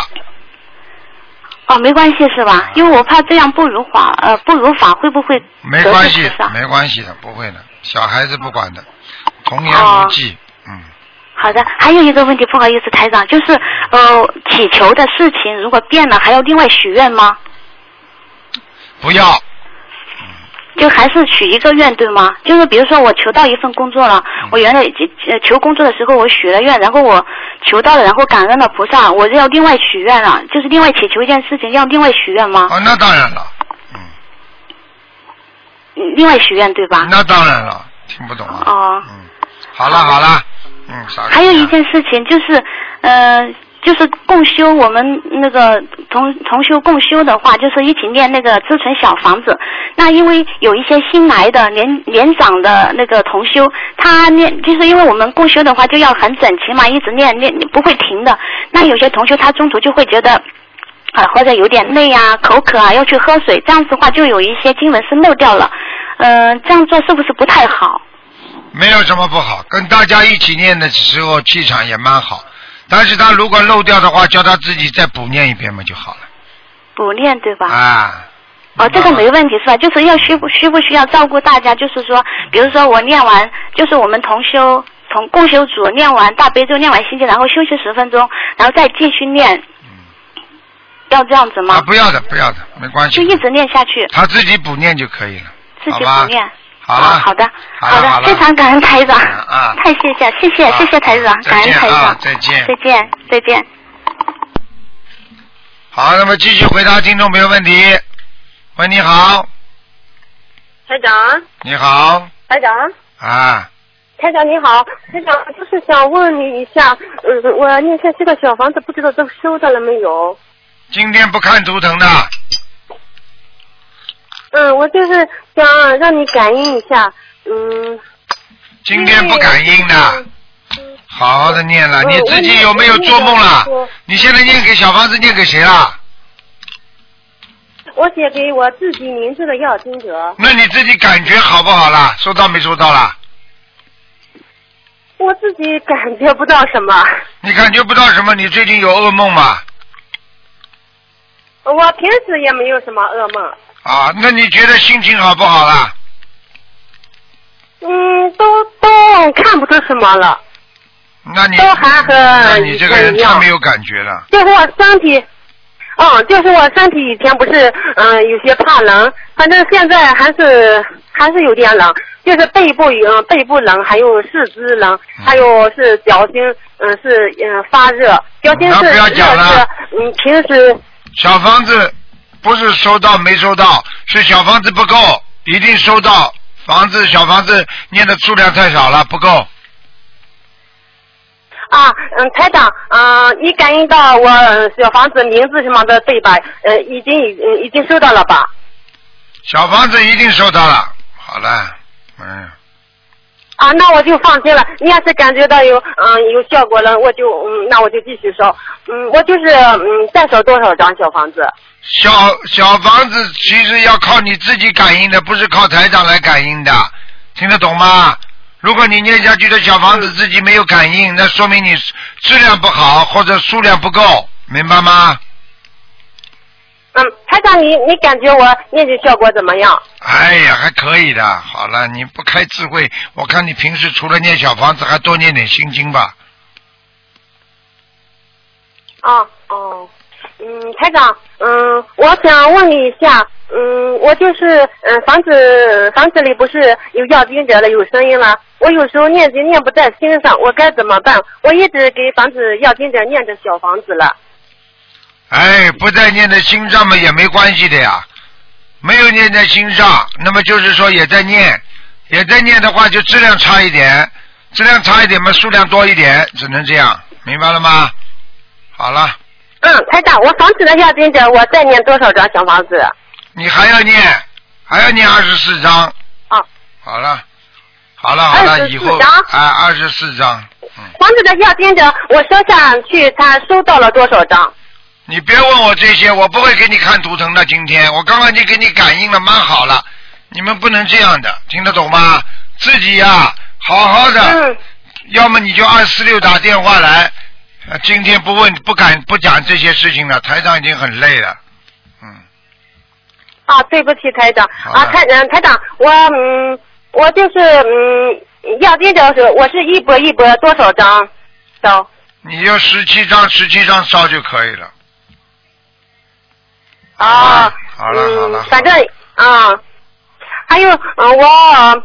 [SPEAKER 4] 哦，没关系是吧？因为我怕这样不如法，呃，不如法会不会
[SPEAKER 1] 没关系
[SPEAKER 4] 得罪菩萨，
[SPEAKER 1] 没关系的，不会的，小孩子不管的，童言
[SPEAKER 4] 哦
[SPEAKER 1] 无忌，嗯，
[SPEAKER 4] 好的，还有一个问题，不好意思，台长，就是呃，祈求的事情如果变了，还要另外许愿吗？
[SPEAKER 1] 不要，
[SPEAKER 4] 哦就还是许一个愿对吗？就是比如说我求到一份工作了，
[SPEAKER 1] 嗯
[SPEAKER 4] 我原来呃求工作的时候我许了愿，然后我求到了，然后感恩了菩萨，我要另外许愿了，就是另外祈求一件事情要另外许愿吗？
[SPEAKER 1] 哦，那当然了，
[SPEAKER 4] 嗯另外许愿对吧？
[SPEAKER 1] 那当然了，听不懂啊，
[SPEAKER 4] 哦。
[SPEAKER 1] 嗯，好了好了，嗯，少
[SPEAKER 4] 还有一
[SPEAKER 1] 讲
[SPEAKER 4] 件事情就是，呃，就是共修，我们那个同同修共修的话，就是一起念那个自存小房子。那因为有一些新来的年年长的那个同修，他念就是因为我们共修的话就要很整齐嘛，一直念念不会停的。那有些同修他中途就会觉得。啊，或者有点累啊、口渴啊，要去喝水，这样子的话就有一些经文是漏掉了，嗯、这样做是不是不太好？
[SPEAKER 1] 没有什么不好，跟大家一起念的时候气场也蛮好，但是他如果漏掉的话，叫他自己再补念一遍嘛就好了，
[SPEAKER 4] 不念对吧？
[SPEAKER 1] 啊，
[SPEAKER 4] 哦，这个
[SPEAKER 1] 明白
[SPEAKER 4] 没
[SPEAKER 1] 吗
[SPEAKER 4] 问题是吧？就是要需不需不需要照顾大家？就是说，比如说我念完，就是我们同修同共修组念完大悲咒，念完心经，然后休息十分钟，然后再继续念，要这样子吗？
[SPEAKER 1] 嗯啊，不要的不要的，没关
[SPEAKER 4] 就
[SPEAKER 1] 系，
[SPEAKER 4] 一直念下去，
[SPEAKER 1] 他自己补念就可以了，
[SPEAKER 4] 自
[SPEAKER 1] 好
[SPEAKER 4] 己
[SPEAKER 1] 吧
[SPEAKER 4] 不念。
[SPEAKER 1] 好了，
[SPEAKER 4] 啊好的，
[SPEAKER 1] 好
[SPEAKER 4] 好
[SPEAKER 1] 了好
[SPEAKER 4] 的，
[SPEAKER 1] 了
[SPEAKER 4] 非常感恩台长，
[SPEAKER 1] 啊
[SPEAKER 4] 太谢谢，谢谢，
[SPEAKER 1] 啊
[SPEAKER 4] 谢谢台长，
[SPEAKER 1] 再
[SPEAKER 4] 感恩
[SPEAKER 1] 见
[SPEAKER 4] 台
[SPEAKER 1] 啊
[SPEAKER 4] 长，
[SPEAKER 1] 再见
[SPEAKER 4] 再见，再见。
[SPEAKER 1] 好，那么继续回答听众朋友问题。喂，你好，
[SPEAKER 5] 台长，
[SPEAKER 1] 你好，
[SPEAKER 5] 台长，
[SPEAKER 1] 啊，
[SPEAKER 5] 台长你好，台长就是想问你一下，呃，我念下这个小房子不知道都收到了没有？
[SPEAKER 1] 今天不看图腾的，
[SPEAKER 5] 嗯，我就是想让你感应一下，嗯，
[SPEAKER 1] 今天不感应的，好好的念了。
[SPEAKER 5] 嗯
[SPEAKER 1] 你自己有没有做梦了
[SPEAKER 5] 我？
[SPEAKER 1] 你现在念给小房子，念给谁了？
[SPEAKER 5] 我写给我自己名字的要经者，
[SPEAKER 1] 那你自己感觉好不好啦？收到没收到啦？
[SPEAKER 5] 我自己感觉不到什么。
[SPEAKER 1] 你感觉不到什么？你最近有噩梦吗？
[SPEAKER 5] 我平时也没有什么噩梦，
[SPEAKER 1] 啊，那你觉得心情好不好啦？
[SPEAKER 5] 嗯，都都看不出什么了，
[SPEAKER 1] 那你
[SPEAKER 5] 都还和
[SPEAKER 1] 那你这个人
[SPEAKER 5] 以前一
[SPEAKER 1] 太
[SPEAKER 5] 样
[SPEAKER 1] 没有感觉了。
[SPEAKER 5] 就是我身体嗯，就是我身体以前不是嗯、呃有些怕冷，反正现在还是还是有点冷，就是背部嗯、呃背部冷，还有四肢冷，还有是脚心嗯、呃是嗯、呃发热，脚心
[SPEAKER 1] 那
[SPEAKER 5] 是
[SPEAKER 1] 啊不要
[SPEAKER 5] 热
[SPEAKER 1] 讲了
[SPEAKER 5] 是嗯平时
[SPEAKER 1] 小房子不是收到没收到，是小房子不够，一定收到。房子小房子念的数量太少了，不够。
[SPEAKER 5] 啊，嗯，台长，嗯、你感应到我呃小房子名字什么的对吧？呃，已经已、嗯已经收到了吧？
[SPEAKER 1] 小房子一定收到了。好了，嗯，
[SPEAKER 5] 啊，那我就放心了。你要是感觉到有嗯、有效果了，我就嗯那我就继续收。嗯，我就是嗯再收多少张小房子？
[SPEAKER 1] 小小房子其实要靠你自己感应的，不是靠台长来感应的，听得懂吗？如果你念下去的小房
[SPEAKER 5] 嗯
[SPEAKER 1] 子自己没有感应，那说明你质量不好或者数量不够，明白吗？
[SPEAKER 5] 嗯，台长你你感觉我念经效果怎么样？
[SPEAKER 1] 哎呀，还可以的。好了，你不开智慧，我看你平时除了念小房子，还多念点心经吧。
[SPEAKER 5] 啊，哦，嗯，台长，嗯，我想问你一下，嗯，我就是，嗯，房子房子里不是有要经者了，有声音了，我有时候念经念不在心上，我该怎么办？我一直给房子要经者念着小房子了，
[SPEAKER 1] 哎，不再念在心上嘛，也没关系的呀。没有念在心上，那么就是说也在念，也在念的话，就质量差一点，质量差一点嘛，数量多一点，只能这样，明白了吗？好了，
[SPEAKER 5] 嗯，台长，我房子的要经者，我再念多少张小房子？
[SPEAKER 1] 你还要念，还要念二十四章。
[SPEAKER 5] 啊，
[SPEAKER 1] 好了，好了，好
[SPEAKER 5] 24
[SPEAKER 1] 了，以后
[SPEAKER 5] 章
[SPEAKER 1] 哎，二十四章，嗯。
[SPEAKER 5] 房子的要经者，我收下去，他收到了多少张？
[SPEAKER 1] 你别问我这些，我不会给你看图腾的。今天我刚刚已经给你感应了，蛮好了。你们不能这样的，听得懂吗？自己呀、好好的，
[SPEAKER 5] 嗯，
[SPEAKER 1] 要么你就二四六打电话来。呃今天不问、不敢、不讲这些事情了，台上已经很累了。嗯，
[SPEAKER 5] 啊，对不起，台长
[SPEAKER 1] 好
[SPEAKER 5] 啊，
[SPEAKER 1] 的
[SPEAKER 5] 台嗯，台长，我嗯，我就是嗯，要接着是，我是一波一波多少张？烧
[SPEAKER 1] 你就十七张、十七张烧就可以了。
[SPEAKER 5] 啊，
[SPEAKER 1] 好了好了好了
[SPEAKER 5] 嗯，反正啊，还有嗯，我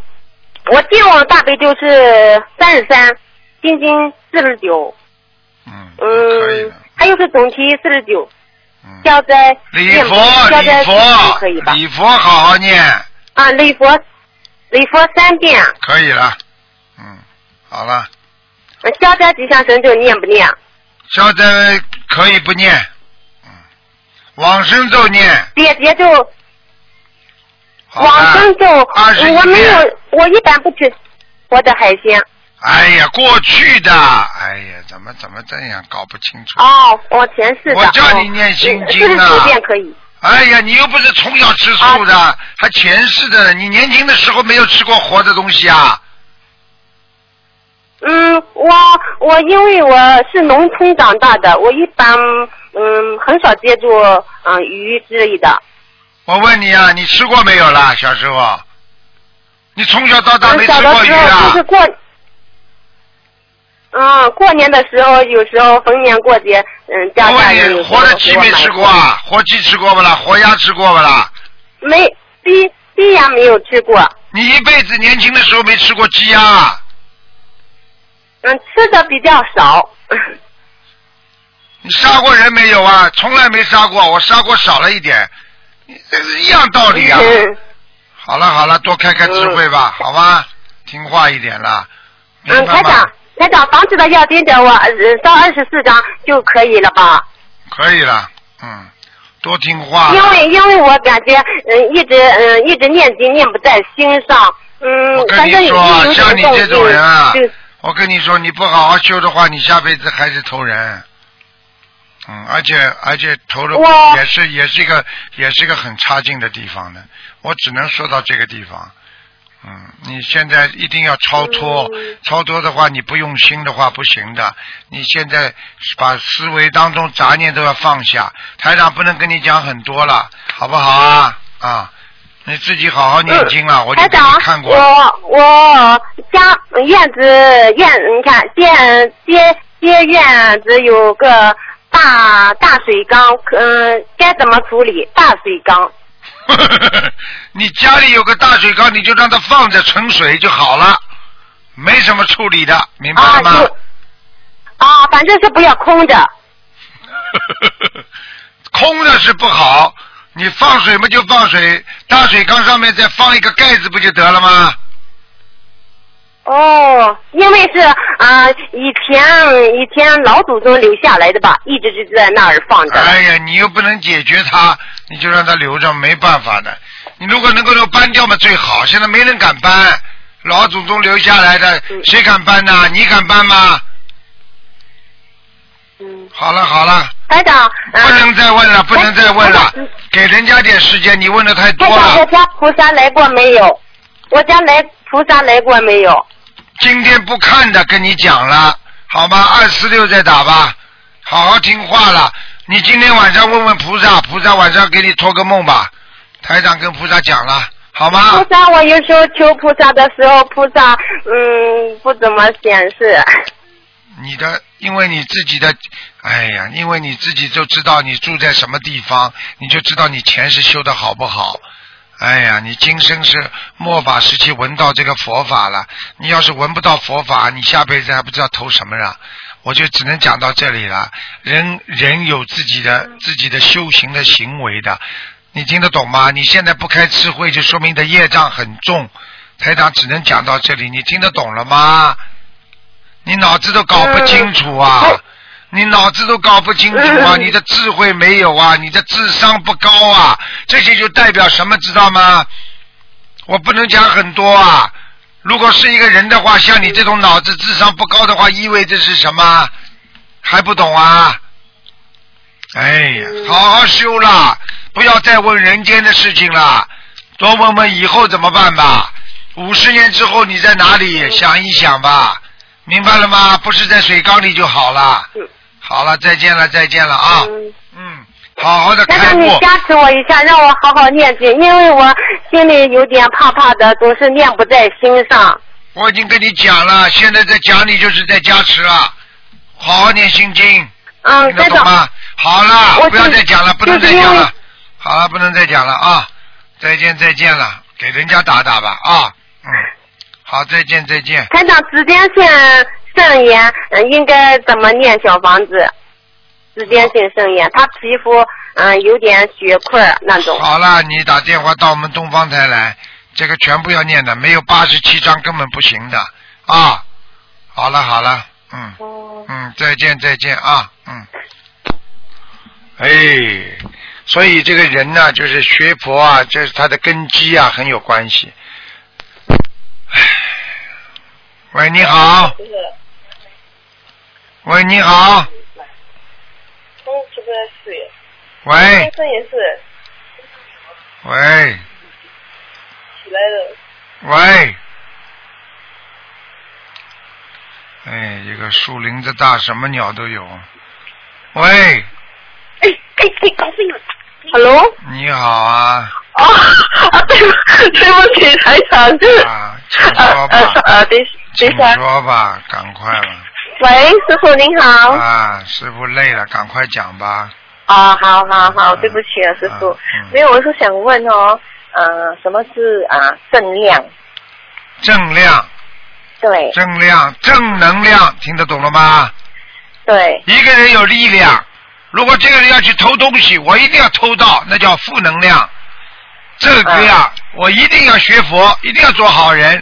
[SPEAKER 5] 我净大悲咒是三十三，心经四十九，
[SPEAKER 1] 嗯，可以
[SPEAKER 5] 嗯
[SPEAKER 1] 的。，
[SPEAKER 5] 还有是总提四十九，
[SPEAKER 1] 嗯，
[SPEAKER 5] 消灾
[SPEAKER 1] 礼
[SPEAKER 5] 念
[SPEAKER 1] 佛
[SPEAKER 5] 消
[SPEAKER 1] 礼
[SPEAKER 5] 灾49
[SPEAKER 1] 佛
[SPEAKER 5] 可以吧？
[SPEAKER 1] 礼佛，好好念，
[SPEAKER 5] 啊，礼佛礼佛三遍，啊
[SPEAKER 1] 可以了。嗯，好了。
[SPEAKER 5] 呃消灾吉祥神咒念不念？啊
[SPEAKER 1] 消灾可以不念，嗯，往生咒念，
[SPEAKER 5] 姐姐就
[SPEAKER 1] 好吧
[SPEAKER 5] 往生咒，
[SPEAKER 1] 21
[SPEAKER 5] 我没有
[SPEAKER 1] 遍，
[SPEAKER 5] 我一般不吃活的海鲜。
[SPEAKER 1] 哎呀，过去的，哎呀，怎么怎么这样搞不清楚？
[SPEAKER 5] 哦，我前世的。
[SPEAKER 1] 我叫你念心经
[SPEAKER 5] 四
[SPEAKER 1] 啊
[SPEAKER 5] 十九遍可以。
[SPEAKER 1] 哎呀，你又不是从小吃素的，
[SPEAKER 5] 啊
[SPEAKER 1] 还前世的，你年轻的时候没有吃过活的东西啊？
[SPEAKER 5] 嗯，我我因为我是农村长大的，我一般嗯很少接触嗯鱼之类的。
[SPEAKER 1] 我问你啊，你吃过没有啦？小时候，你从小到大
[SPEAKER 5] 嗯
[SPEAKER 1] 没吃
[SPEAKER 5] 小的
[SPEAKER 1] 过鱼
[SPEAKER 5] 时
[SPEAKER 1] 啊
[SPEAKER 5] 候就是？过。嗯，过年的时候，有时候逢年过节，嗯，家
[SPEAKER 1] 我
[SPEAKER 5] 家人
[SPEAKER 1] 问
[SPEAKER 5] 有时
[SPEAKER 1] 你，
[SPEAKER 5] 候
[SPEAKER 1] 活的鸡
[SPEAKER 5] 给我
[SPEAKER 1] 没
[SPEAKER 5] 买
[SPEAKER 1] 吃过啊？活鸡吃过不啦？活鸭吃过不啦？
[SPEAKER 5] 没鸡鸡也没有吃过，
[SPEAKER 1] 你一辈子年轻的时候没吃过鸡鸭、啊？
[SPEAKER 5] 嗯，吃的比较少。
[SPEAKER 1] 你杀过人没有啊？从来没杀过，我杀过少了一点，你这是一样道理啊。
[SPEAKER 5] 嗯
[SPEAKER 1] 好了好了，多开开智慧吧，好吧，听话一点啦，明
[SPEAKER 5] 嗯，台
[SPEAKER 1] 白吗
[SPEAKER 5] 长？，台长，房子的要盯着我呃烧二十四张就可以了吧？
[SPEAKER 1] 可以了，嗯，多听话。
[SPEAKER 5] 因为因为我感觉嗯一直嗯一直念经念不在心上，嗯
[SPEAKER 1] 我，跟
[SPEAKER 5] 反正
[SPEAKER 1] 你
[SPEAKER 5] 有
[SPEAKER 1] 说啊
[SPEAKER 5] 有
[SPEAKER 1] 像
[SPEAKER 5] 点
[SPEAKER 1] 你
[SPEAKER 5] 动
[SPEAKER 1] 这种人啊
[SPEAKER 5] 就就
[SPEAKER 1] 我跟你说，你不好好修的话，你下辈子还是投人。嗯，而且而且投了
[SPEAKER 5] 我
[SPEAKER 1] 也是也是一个也是一个很差劲的地方的，我只能说到这个地方。嗯，你现在一定要超脱，
[SPEAKER 5] 嗯
[SPEAKER 1] 超脱的话，你不用心的话不行的。你现在把思维当中杂念都要放下，台长不能跟你讲很多了，好不好啊？啊，你自己好好念经啊嗯了，我
[SPEAKER 5] 嗯
[SPEAKER 1] 就
[SPEAKER 5] 台
[SPEAKER 1] 给
[SPEAKER 5] 长
[SPEAKER 1] 你看，过了。
[SPEAKER 5] 我我家院子院，你看院街街院子有个大大水缸，嗯、该怎么处理大水缸？
[SPEAKER 1] 你家里有个大水缸，你就让它放着盛水就好了，没什么处理的，明白了吗？
[SPEAKER 5] 啊就啊，反正是不要空着。
[SPEAKER 1] 空的是不好，你放水嘛就放水，大水缸上面再放一个盖子不就得了吗？
[SPEAKER 5] 哦，因为是啊、以前以前老祖宗留下来的吧，一直就在那儿放着。
[SPEAKER 1] 哎呀，你又不能解决它，你就让它留着，没办法的。你如果能够能搬掉嘛最好，现在没人敢搬，老祖宗留下来的，谁敢搬呐？你敢搬吗？
[SPEAKER 5] 嗯，
[SPEAKER 1] 好了好了，
[SPEAKER 5] 台长，嗯、
[SPEAKER 1] 不能再问了，不能再问了，给人家点时间，你问的太多
[SPEAKER 5] 台长，
[SPEAKER 1] 了
[SPEAKER 5] 我。家菩萨来过没有？我家来菩萨来过没有？
[SPEAKER 1] 今天不看的跟你讲了，好吗？二四六再打吧，好好听话了。你今天晚上问问菩萨，菩萨晚上给你托个梦吧。台长跟菩萨讲了，好吗
[SPEAKER 5] 菩？萨，我有时候求菩萨的时候，菩萨嗯不怎么显示。
[SPEAKER 1] 你的，因为你自己的，哎呀，因为你自己就知道你住在什么地方，你就知道你前世修的好不好。哎呀，你今生是末法时期闻到这个佛法了，你要是闻不到佛法，你下辈子还不知道投什么了。我就只能讲到这里了。人人有自己的自己的修行的行为的，你听得懂吗？你现在不开智慧，就说明你的业障很重。台长只能讲到这里，你听得懂了吗？你脑子都搞不清楚啊！你脑子都搞不清楚啊！你的智慧没有啊！你的智商不高啊！这些就代表什么，知道吗？我不能讲很多啊。如果是一个人的话，像你这种脑子智商不高的话，意味着是什么？还不懂啊？哎呀，
[SPEAKER 5] 嗯
[SPEAKER 1] 好好修啦，不要再问人间的事情啦，多问问以后怎么办吧。五十年之后你在哪
[SPEAKER 5] 嗯
[SPEAKER 1] 里？想一想吧，明白了吗？不是在水缸里就好了。好了，再见了，再见了啊。
[SPEAKER 5] 嗯
[SPEAKER 1] 嗯，好好的
[SPEAKER 5] 台
[SPEAKER 1] 开
[SPEAKER 5] 长，你
[SPEAKER 1] 悟。
[SPEAKER 5] 加持我一下，让我好好念经，因为我心里有点怕怕的，总是念不在心上。
[SPEAKER 1] 我已经跟你讲了，现在在讲你就是在加持了，好好念心经。
[SPEAKER 5] 嗯，
[SPEAKER 1] 听得
[SPEAKER 5] 台
[SPEAKER 1] 懂
[SPEAKER 5] 长，
[SPEAKER 1] 吗？好了，
[SPEAKER 5] 我
[SPEAKER 1] 不要
[SPEAKER 5] 就
[SPEAKER 1] 再讲了，不能
[SPEAKER 5] 就
[SPEAKER 1] 再
[SPEAKER 5] 是因
[SPEAKER 1] 讲
[SPEAKER 5] 为
[SPEAKER 1] 了。好了，不能再讲了啊！再见，再见了，给人家打打吧啊！嗯，好，再见，再见。
[SPEAKER 5] 台长，指尖线圣言，嗯，应该怎么念小房子？指尖性圣言，他皮肤嗯有点血块儿那种。
[SPEAKER 1] 好了，你打电话到我们东方台来，这个全部要念的，没有八十七章根本不行的啊！好了，好了，嗯。
[SPEAKER 5] 哦，
[SPEAKER 1] 嗯，再见再见啊，嗯。哎，所以这个人呢、就是学佛啊，这是他的根基啊，很有关系。唉喂，你好。喂，你好。喂
[SPEAKER 2] 也是
[SPEAKER 1] 喂
[SPEAKER 2] 起来了。
[SPEAKER 1] 喂。哎，一个树林子大，什么鸟都有。喂，
[SPEAKER 2] 哎哎哎，搞定了。Hello，
[SPEAKER 1] 你好啊。
[SPEAKER 2] 啊 啊，对不对不起，台长，
[SPEAKER 1] 啊，请说
[SPEAKER 2] 呃呃
[SPEAKER 1] 吧。
[SPEAKER 2] 呃，等等
[SPEAKER 1] 请
[SPEAKER 2] 一下，
[SPEAKER 1] 说吧，赶快了。
[SPEAKER 2] 喂，师傅您好，
[SPEAKER 1] 啊，师傅累了，赶快讲吧。
[SPEAKER 2] 啊，好好好，对不起啊，师傅
[SPEAKER 1] 啊嗯，
[SPEAKER 2] 没有，我是想问哦，呃，什么是啊正量？
[SPEAKER 1] 正量，
[SPEAKER 2] 对
[SPEAKER 1] 正量，正能量，听得懂了吗？
[SPEAKER 2] 对，
[SPEAKER 1] 一个人有力量，如果这个人要去偷东西，我一定要偷到，那叫负能量。这个呀，我一定要学佛，一定要做好人，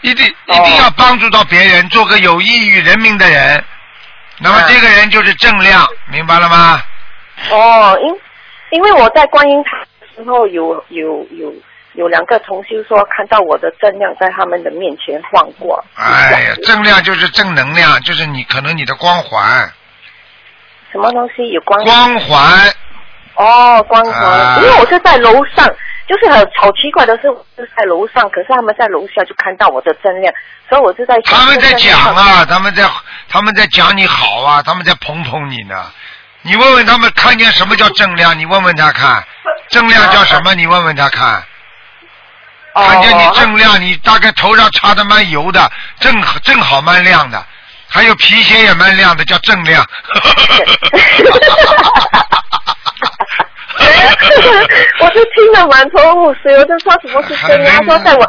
[SPEAKER 1] 一定一定要帮助到别人，做个有益于人民的人。那么
[SPEAKER 2] 嗯
[SPEAKER 1] 这个人就是正量，明白了吗？
[SPEAKER 2] 哦，因因为我在观音堂的时候有有有有两个同修说看到我的正量在他们的面前晃过，
[SPEAKER 1] 哎呀，正量就是正能量，就是你可能你的光环，
[SPEAKER 2] 什么东西有光
[SPEAKER 1] 光环
[SPEAKER 2] 哦，光头，
[SPEAKER 1] 啊
[SPEAKER 2] 因为我是在楼上，就是很好奇怪的是，我是在楼上，可是他们在楼下就看到我的真量，所以我就在想
[SPEAKER 1] 他们在讲，
[SPEAKER 2] 这个
[SPEAKER 1] 啊，他们在他们在讲你好啊，他们在捧捧你呢。你问问他们看见什么叫正量，你问问他看，正量叫什么？你问问他看，
[SPEAKER 2] 哦
[SPEAKER 1] 哦看见你正亮，你大概头上擦的蛮油的，正正好蛮亮的。还有皮鞋也蛮亮的，叫正亮。
[SPEAKER 5] 哎
[SPEAKER 6] 我就听了满头雾水，我就说什么是真的，他说在 我，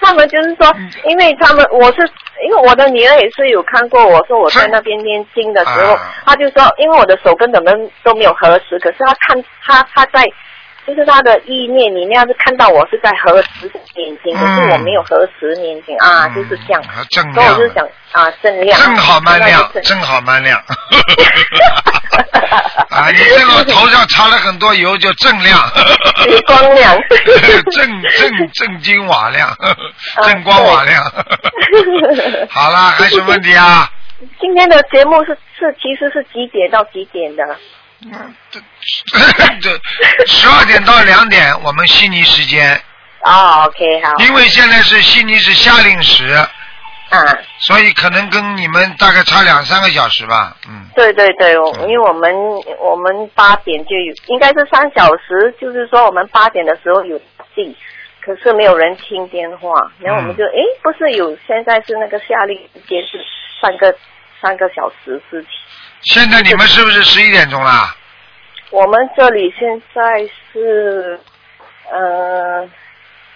[SPEAKER 6] 他们就是说，因为他们我是因为我的女儿也是有看过我说我在那边念经的时候
[SPEAKER 1] 啊，
[SPEAKER 6] 她就说因为我的手跟你们都没有合十，可是她看她她在。就是她的意念里面，她是看到我是在合十念经，可是
[SPEAKER 1] 嗯
[SPEAKER 6] 我没有合十念经 啊，就是这样。
[SPEAKER 1] 嗯正
[SPEAKER 6] 所以我
[SPEAKER 1] 亮
[SPEAKER 6] 就，想啊，正亮，
[SPEAKER 1] 正好蛮亮
[SPEAKER 6] 看到，就
[SPEAKER 1] 正好 蛮亮。啊，你这个头上擦了很多油，就正亮。
[SPEAKER 6] 是光亮。
[SPEAKER 1] 正正正金瓦亮，
[SPEAKER 6] 啊
[SPEAKER 1] 正光瓦亮。 好啦，还有什么问题啊？
[SPEAKER 6] 今天的节目是是其实是几点到几点的？
[SPEAKER 1] 这这十二点到两点，我们悉尼时间，
[SPEAKER 6] 哦，OK，好
[SPEAKER 1] 因为现在是悉尼是夏令时，
[SPEAKER 6] 啊，
[SPEAKER 1] 所以可能跟你们大概差两三个小时吧。嗯，
[SPEAKER 6] 对对对，我因为我们我们八点就有，应该是三小时，就是说我们八点的时候有戏，可是没有人听电话，然后我们
[SPEAKER 1] 嗯
[SPEAKER 6] 就诶，不是有现在是那个夏令时间是三个三个小时之前，
[SPEAKER 1] 现在你们是不是十一点钟啦？
[SPEAKER 6] 我们这里现在是呃，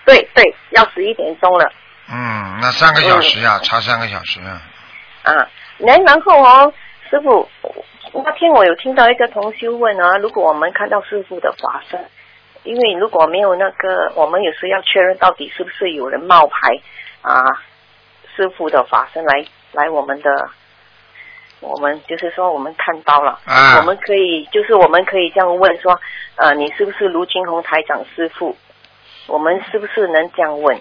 [SPEAKER 6] 对对，要十一点钟了。
[SPEAKER 1] 嗯，那三个小时
[SPEAKER 6] 呃
[SPEAKER 1] 呀、差三个小时。
[SPEAKER 6] 啊，然然后哦，师傅，那天我有听到一个同修问啊，如果我们看到师傅的法身，因为如果没有那个，我们有时要确认到底是不是有人冒牌啊，师傅的法身来来我们的，我们就是说我们看到了，
[SPEAKER 1] 啊
[SPEAKER 6] 我们可以就是我们可以这样问说，呃，你是不是卢金红台长师傅？我们是不是能这样问？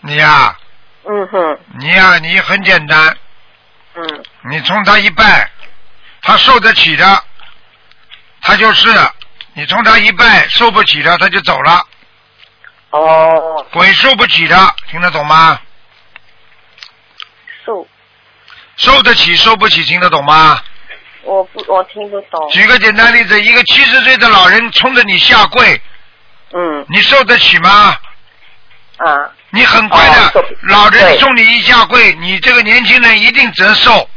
[SPEAKER 1] 你呀、
[SPEAKER 6] 嗯哼，
[SPEAKER 1] 你呀、你很简单，
[SPEAKER 6] 嗯
[SPEAKER 1] 你冲他一拜，他受得起的，他就是；你冲他一拜，受不起的，他就走了。
[SPEAKER 6] 哦，
[SPEAKER 1] 鬼受不起的，听得懂吗？
[SPEAKER 6] 受，
[SPEAKER 1] 受得起，受不起，听得懂吗？
[SPEAKER 6] 我不我听不懂。
[SPEAKER 1] 举个简单例子，一个七十岁的老人冲着你下跪，
[SPEAKER 6] 嗯
[SPEAKER 1] 你受得起吗？
[SPEAKER 6] 啊，
[SPEAKER 1] 你很快
[SPEAKER 6] 哦受
[SPEAKER 1] 的
[SPEAKER 6] 不，起
[SPEAKER 1] 老人
[SPEAKER 6] 对
[SPEAKER 1] 冲你一下跪，你这个年轻人一定折寿，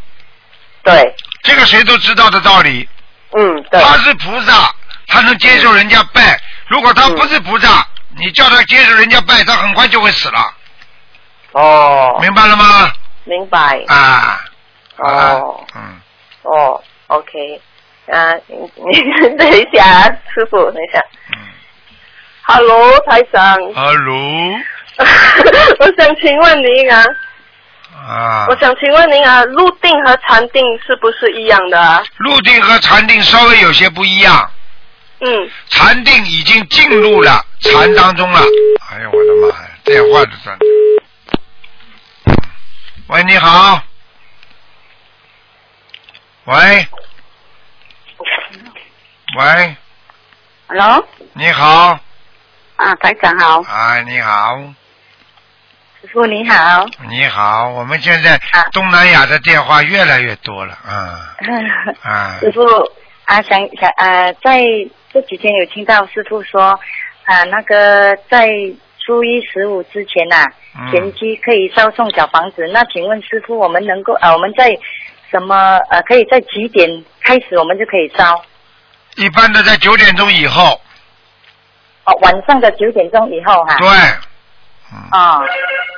[SPEAKER 6] 对，
[SPEAKER 1] 这个谁都知道的道理。
[SPEAKER 6] 嗯对，
[SPEAKER 1] 他是菩萨，他能接受人家拜。如果他不是菩萨，你叫他接受人家拜，他很快就会死了，
[SPEAKER 6] 哦，
[SPEAKER 1] 明白了吗？
[SPEAKER 6] 明白，
[SPEAKER 1] 啊，啊
[SPEAKER 6] 哦，
[SPEAKER 1] 嗯，
[SPEAKER 6] 哦，OK，啊，你你 等一下啊，师傅，等一下
[SPEAKER 1] 嗯啊
[SPEAKER 6] ，Hello，台 长，
[SPEAKER 1] ，hello，
[SPEAKER 6] 我想请问您啊，
[SPEAKER 1] 啊
[SPEAKER 6] 我，想请问您啊，入定和禅定是不是一样的啊？
[SPEAKER 1] 入定和禅定稍微有些不一样，
[SPEAKER 6] 嗯，
[SPEAKER 1] 禅定已经进入了禅当中了。哎呦我的妈呀，电话都断了。喂，你好。喂，喂，
[SPEAKER 7] Hello，
[SPEAKER 1] 你好。
[SPEAKER 7] 啊，台长好，
[SPEAKER 1] 哎，你好，
[SPEAKER 7] 师傅你好，
[SPEAKER 1] 你好，我们现在
[SPEAKER 7] 啊
[SPEAKER 1] 东南亚的电话越来越多了，啊、啊，
[SPEAKER 7] 师傅啊，想想啊，在这几天有听到师傅说啊，那个在初一十五之前呐、
[SPEAKER 1] 嗯
[SPEAKER 7] 前期可以烧送小房子。那请问师傅，我们能够啊，我们在什么呃，可以在几点开始我们就可以烧？
[SPEAKER 1] 一般都在九点钟以后，
[SPEAKER 7] 哦，晚上的九点钟以后哈、
[SPEAKER 1] 对，
[SPEAKER 7] 啊。哦，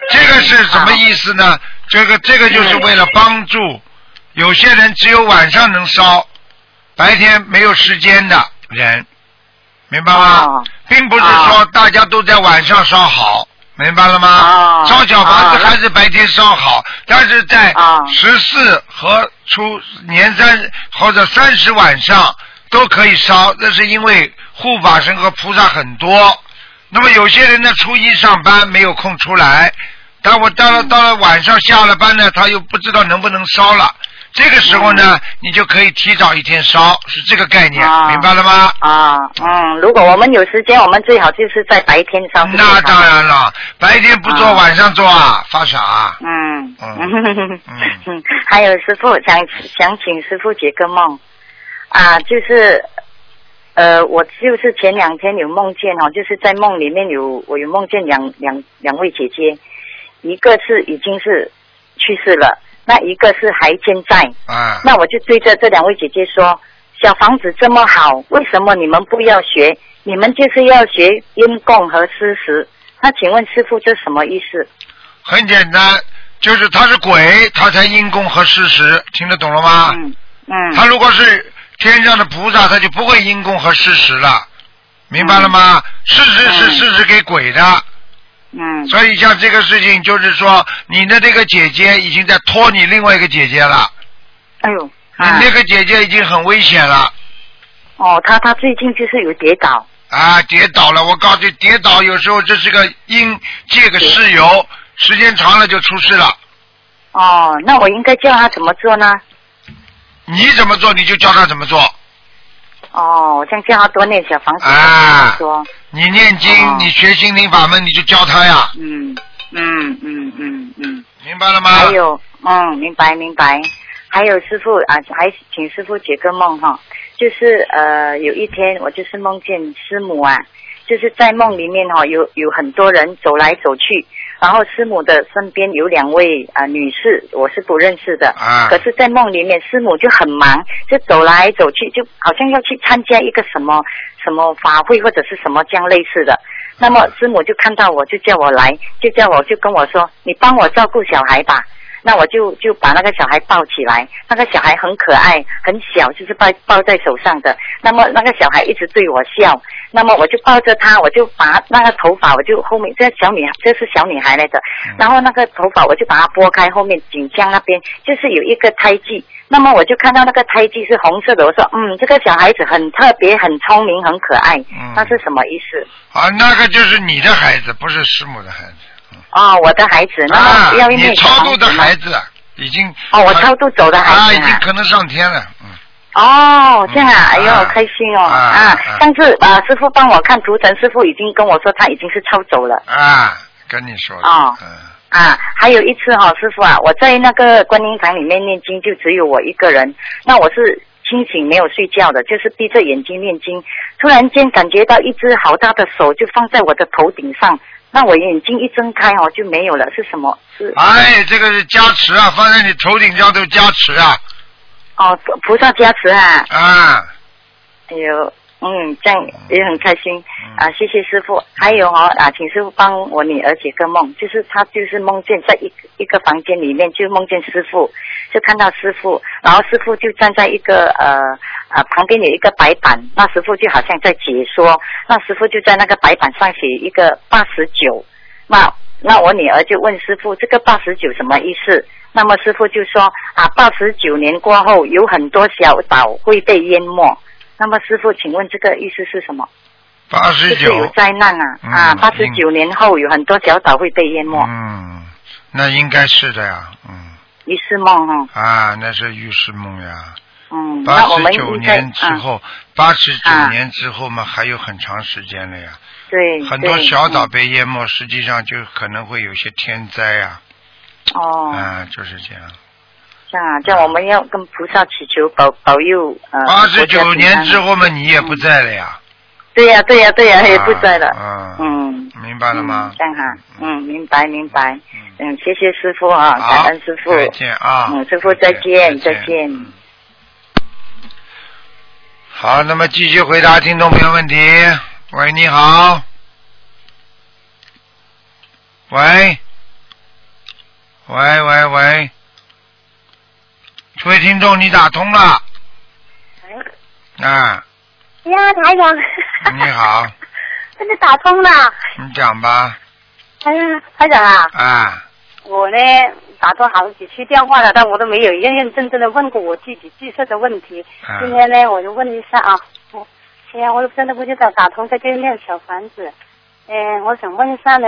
[SPEAKER 1] 这个是什么意思呢？这个这个就是为了帮助有些人只有晚上能烧，白天没有时间的人，明白吗
[SPEAKER 7] 哦？
[SPEAKER 1] 并不是说大家都在晚上烧好，明白了吗？
[SPEAKER 7] 哦
[SPEAKER 1] 烧小房子
[SPEAKER 7] 哦
[SPEAKER 1] 还是白天烧好，但是在
[SPEAKER 7] 哦
[SPEAKER 1] 十四和初年三或者三十晚上都可以烧，那是因为护法神和菩萨很多。那么有些人呢，初一上班没有空出来，但我到
[SPEAKER 7] 嗯
[SPEAKER 1] 了到了晚上下了班呢，他又不知道能不能烧了。这个时候呢，
[SPEAKER 7] 嗯
[SPEAKER 1] 你就可以提早一天烧，是这个概念，
[SPEAKER 7] 哦
[SPEAKER 1] 明白了吗？
[SPEAKER 7] 啊，嗯，如果我们有时间，我们最好就是在白天烧。是最好的
[SPEAKER 1] 那当然了，白天不做，
[SPEAKER 7] 哦
[SPEAKER 1] 晚上做啊，发傻啊。
[SPEAKER 7] 嗯
[SPEAKER 1] 嗯
[SPEAKER 7] 嗯
[SPEAKER 1] 嗯
[SPEAKER 7] 嗯， 还有师傅想想请师傅解个梦啊，就是呃，我就是前两天有梦见哦，就是在梦里面有我有梦见两两两位姐姐，一个是已经是去世了，那一个是还健在。
[SPEAKER 1] 啊，
[SPEAKER 7] 那我就对着这两位姐姐说，小房子这么好，为什么你们不要学？你们就是要学因供和施食。那请问师傅这什么意思？
[SPEAKER 1] 很简单，就是他是鬼，他才因公和事实，听得懂了吗？
[SPEAKER 7] 嗯嗯
[SPEAKER 1] 啊他如果是天上的菩萨，他就不会因公和事实了，明白了吗？事实是
[SPEAKER 7] 嗯
[SPEAKER 1] 事实给鬼的。
[SPEAKER 7] 嗯
[SPEAKER 1] 所以像这个事情，就是说你的这个姐姐已经在拖你另外一个姐姐了，
[SPEAKER 7] 哎呦，啊
[SPEAKER 1] 你那个姐姐已经很危险了
[SPEAKER 7] 哦，他他最近就是有跌倒，
[SPEAKER 1] 啊，跌倒了。我告诉你，跌倒有时候这是个因借个事由，时间长了就出事了。
[SPEAKER 7] 哦，那我应该教他怎么做呢？
[SPEAKER 1] 你怎么做你就教她怎么做，
[SPEAKER 7] 哦，我先教他多念小房子。
[SPEAKER 1] 啊
[SPEAKER 7] 说，
[SPEAKER 1] 你念经，
[SPEAKER 7] 哦
[SPEAKER 1] 你学心灵法门，你就教她呀，
[SPEAKER 7] 嗯嗯嗯嗯嗯，
[SPEAKER 1] 明白了吗？
[SPEAKER 7] 还有，嗯，明白明白。还有师傅啊，还请师傅解个梦哈，就是呃，有一天我就是梦见师母啊，就是在梦里面哈、有有很多人走来走去，然后师母的身边有两位啊、呃女士，我是不认识的，
[SPEAKER 1] 啊
[SPEAKER 7] 可是，在梦里面师母就很忙，就走来走去，就好像要去参加一个什么什么法会或者是什么这样类似的。那么师母就看到我，就叫我来，就叫我就跟我说，你帮我照顾小孩吧。那我就就把那个小孩抱起来，那个小孩很可爱，很小，就是抱抱在手上的。那么那个小孩一直对我笑，那么我就抱着她，我就把那个头发，我就后面这个小女孩，这是小女孩来的，
[SPEAKER 1] 嗯
[SPEAKER 7] 然后那个头发我就把它拨开，后面颈项那边就是有一个胎记。那么我就看到那个胎记是红色的，我说嗯，这个小孩子很特别，很聪明，很可爱
[SPEAKER 1] 嗯，
[SPEAKER 7] 那是什么意思？
[SPEAKER 1] 啊，那个就是你的孩子，不是师母的孩子
[SPEAKER 7] 哦，我的孩子，那
[SPEAKER 1] 啊
[SPEAKER 7] 么要，
[SPEAKER 1] 你
[SPEAKER 7] 念小
[SPEAKER 1] 超
[SPEAKER 7] 房
[SPEAKER 1] 度
[SPEAKER 7] 子
[SPEAKER 1] 的
[SPEAKER 7] 吗
[SPEAKER 1] 孩子已经
[SPEAKER 7] 哦，我超度走的
[SPEAKER 1] 啊，
[SPEAKER 7] 孩
[SPEAKER 1] 已
[SPEAKER 7] 子
[SPEAKER 1] 经可能上天了，嗯。
[SPEAKER 7] 哦，这样啊，哎
[SPEAKER 1] 嗯
[SPEAKER 7] 呦，
[SPEAKER 1] 啊
[SPEAKER 7] 开心哦
[SPEAKER 1] 啊
[SPEAKER 7] 啊
[SPEAKER 1] 啊！
[SPEAKER 7] 上次啊，师傅帮我看图腾，师傅已经跟我说他已经是超走了。
[SPEAKER 1] 啊，跟你说的。
[SPEAKER 7] 哦
[SPEAKER 1] 嗯。
[SPEAKER 7] 啊，还有一次哈、师傅啊，我在那个观音堂里面念经，就只有我一个人。那我是清醒没有睡觉的，就是闭着眼睛念经。突然间感觉到一只好大的手就放在我的头顶上，那我眼睛一睁开哦就没有了，是什么？是
[SPEAKER 1] 哎，这个是加持啊，放在你头顶上都加持啊，
[SPEAKER 7] 哦，菩菩萨加持啊！
[SPEAKER 1] 啊，
[SPEAKER 7] 哎呦，嗯，这样也很开心
[SPEAKER 1] 嗯
[SPEAKER 7] 啊！谢谢师傅。还有哈、哦、啊，请师傅帮我女儿解个梦，就是她就是梦见在一个一个房间里面，就梦见师傅，就看到师傅，然后师傅就站在一个呃啊旁边有一个白板，那师傅就好像在解说，那师傅就在那个白板上写一个八十九，那那我女儿就问师傅这个八十九什么意思？那么师傅就说啊，八十九年过后有很多小岛会被淹没。那么师傅，请问这个意思是什么？
[SPEAKER 1] 八
[SPEAKER 7] 就
[SPEAKER 1] 十
[SPEAKER 7] 是有
[SPEAKER 1] 九。
[SPEAKER 7] 灾难啊、
[SPEAKER 1] 嗯
[SPEAKER 7] 啊！八十九年后有很多小岛会被淹没，
[SPEAKER 1] 嗯，那应该是的呀，嗯，
[SPEAKER 7] 于是梦哈，
[SPEAKER 1] 啊，那是预示梦呀。
[SPEAKER 7] 嗯，
[SPEAKER 1] 八
[SPEAKER 7] 那我们
[SPEAKER 1] 十九
[SPEAKER 7] 应该
[SPEAKER 1] 年之
[SPEAKER 7] 啊，
[SPEAKER 1] 后，八十九
[SPEAKER 7] 啊
[SPEAKER 1] 年之后嘛，还有很长时间了呀。
[SPEAKER 7] 对，
[SPEAKER 1] 很多
[SPEAKER 7] 对
[SPEAKER 1] 小岛
[SPEAKER 7] 嗯
[SPEAKER 1] 被淹没，实际上就可能会有些天灾呀，
[SPEAKER 7] 哦，
[SPEAKER 1] 啊，就是这样。
[SPEAKER 7] 这样啊，这样我们要跟菩萨祈求保保佑呃，
[SPEAKER 1] 八十九
[SPEAKER 7] 国家平安
[SPEAKER 1] 年之，后嘛，你也不在了呀。
[SPEAKER 7] 对呀、对呀、对呀、嗯也不在了，
[SPEAKER 1] 啊
[SPEAKER 7] 嗯，
[SPEAKER 1] 明白了吗
[SPEAKER 7] 嗯？这样哈、嗯，明白明白，
[SPEAKER 1] 嗯
[SPEAKER 7] 嗯，谢谢师傅啊，
[SPEAKER 1] 好，
[SPEAKER 7] 感恩师傅，
[SPEAKER 1] 再见啊！
[SPEAKER 7] 嗯，师傅再见再见，
[SPEAKER 1] 好，那么继续回答听众朋友问题。喂，你好。喂，喂喂喂，这位听众，你打通了。啊，
[SPEAKER 5] 呀，台长，
[SPEAKER 1] 你好，
[SPEAKER 5] 真的打通了。
[SPEAKER 1] 你讲吧。
[SPEAKER 5] 哎呀，台长啊，
[SPEAKER 1] 啊，
[SPEAKER 5] 我呢打通好几次电话了，但我都没有认认真真的问过我自己自身的问题。
[SPEAKER 1] 啊
[SPEAKER 5] 今天呢，我就问一下啊，我哎呀，我真的不知道打通这个念小房子。嗯、我想问一下呢，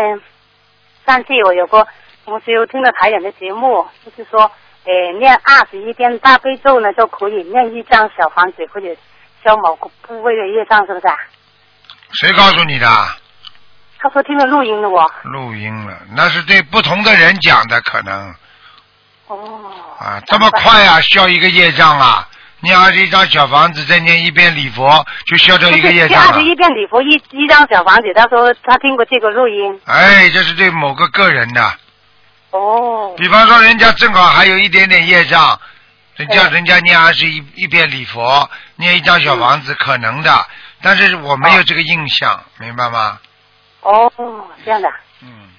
[SPEAKER 5] 上次我有个同学听了台长的节目，就是说，呃，念二十一遍大悲咒呢，就可以念一张小房子，或者消某个部位的业障，是不是、啊？
[SPEAKER 1] 谁告诉你的？
[SPEAKER 5] 他说听了录音了我。
[SPEAKER 1] 录音了，那是对不同的人讲的，可能。
[SPEAKER 5] 哦。
[SPEAKER 1] 啊，这么快啊，消一个业障啊！念二十一张小房子，再念一遍礼佛，就消掉一个业障啊
[SPEAKER 5] 二
[SPEAKER 1] 了
[SPEAKER 5] 十。一遍礼佛一一张小房子，他说他听过这个录音。
[SPEAKER 1] 哎，这是对某个个人的
[SPEAKER 5] 哦，
[SPEAKER 1] 比方说，人家正好还有一点点业障，人家人家念二十一一遍礼佛，念一张小房子，可能的。但是我没有这个印象，明白吗？
[SPEAKER 8] 哦，这样的。
[SPEAKER 1] 嗯，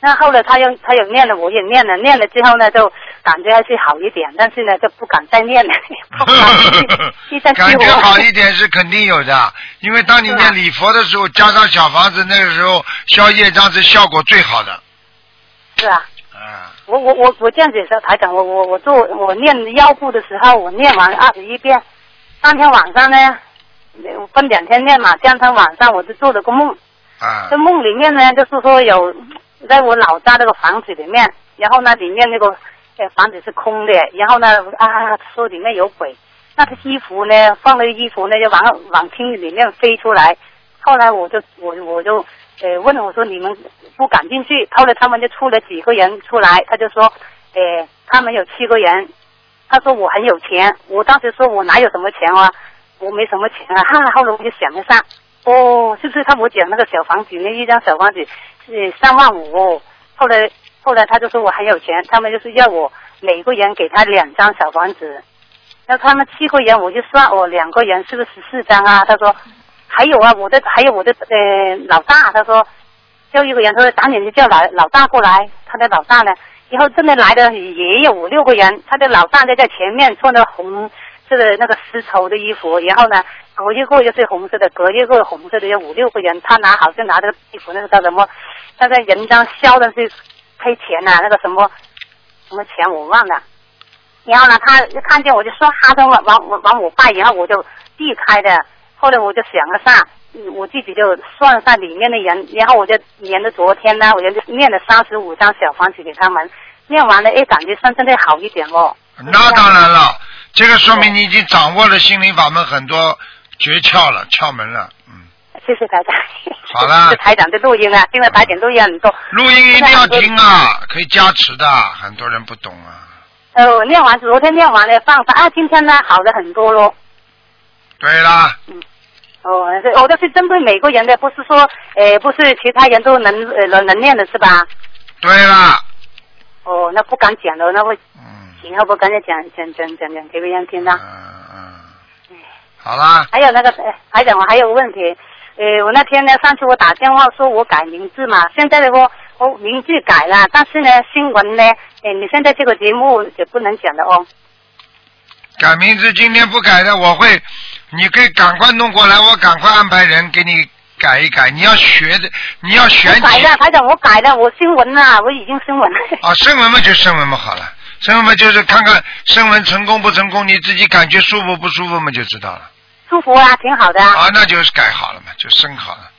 [SPEAKER 8] 那后来他又他又念了，我也念了，念了之后呢，就感觉还是好一点，但是呢就不敢再念了。
[SPEAKER 9] 哦
[SPEAKER 8] 一再
[SPEAKER 1] 感
[SPEAKER 8] 激
[SPEAKER 1] 觉
[SPEAKER 8] 活
[SPEAKER 1] 好一点是肯定有的，因为当你念礼佛的时候，加上小房子，那个时候消业障是效果最好的。
[SPEAKER 8] 是啊，
[SPEAKER 1] 啊，
[SPEAKER 8] 我我我我这样子也是台长，我我我做我念腰部的时候，我念完二十一遍，当天晚上呢，我分两天念嘛，第二天晚上我就做了个梦，
[SPEAKER 1] 啊
[SPEAKER 8] 这，梦里面呢，就是说有在我老家那个房子里面，然后呢里面那个呃房子是空的，然后呢啊说里面有鬼，那个衣服呢放了衣服呢就往往厅里面飞出来，后来我就我我就呃问我说你们不敢进去，后来他们就出了几个人出来，他就说呃他们有七个人，他说我很有钱，我当时说我哪有什么钱啊，我没什么钱啊，哈、后来我就想一下，哦，是不是他我讲那个小房子那一张小房子是三万五、哦？后来后来他就说我很有钱，他们就是要我每个人给他两张小房子，那他们七个人我就算我两个人是不是十四张啊？他说还有啊，我的还有我的呃老大，他说叫一个人，他说赶紧就叫老老大过来，他的老大呢，然后这边来的也有五六个人，他的老大就在前面穿着红色的那个丝绸的衣服，然后呢隔一个就是红色的，隔一个红色的有五六个人，他拿好像拿这个衣服那个叫什么，那个人章削的是黑钱呐、那个什么什么钱我忘了。然后呢，他就看见我就唰的往往往往我拜，然后我就避开的。后来我就想了下，嗯我自己就算了下里面的人，然后我就沿着昨天呢，我就念了三十五张小房子给他们，念完了，哎，感觉身真的好一点哦。
[SPEAKER 1] 那当然了，这个说明你已经掌握了心灵法门很多诀窍了、窍门了。嗯，
[SPEAKER 8] 谢谢台长。
[SPEAKER 1] 好啦
[SPEAKER 8] 这台长的录音啊，现在台长录音很多。
[SPEAKER 1] 录音一定要听啊，可以加持的，很多人不懂啊。
[SPEAKER 8] 呃，我念完昨天念完了，放上啊，今天呢好了很多咯。
[SPEAKER 1] 对啦，
[SPEAKER 8] 哦，这哦，这是针对每个人的，不是说，呃，不是其他人都能呃能能念的是吧？
[SPEAKER 1] 对啦，
[SPEAKER 8] 哦，那不敢讲了，那我
[SPEAKER 1] 嗯，
[SPEAKER 8] 以后不敢再讲讲讲讲讲给别人听
[SPEAKER 1] 嗯
[SPEAKER 8] 了。
[SPEAKER 1] 嗯，好啦，
[SPEAKER 8] 还有那个，呃还讲我还有个问题，呃，我那天呢，上次我打电话说我改名字嘛，现在的我我名字改了，但是呢，新闻呢，呃，你现在这个节目也不能讲的哦。
[SPEAKER 1] 改名字今天不改的，我会，你可以赶快弄过来，我赶快安排人给你改一改。你要学的，你要选
[SPEAKER 8] 我改
[SPEAKER 1] 几
[SPEAKER 8] 了，台长，我改了，我新闻了，我已经新闻了。
[SPEAKER 1] 啊，声纹嘛就声纹嘛好了，声纹嘛就是看看声纹成功不成功，你自己感觉舒服不舒服嘛就知道了。
[SPEAKER 8] 舒服啊，挺好的啊，
[SPEAKER 1] 啊，那就是改好了嘛，就生好了。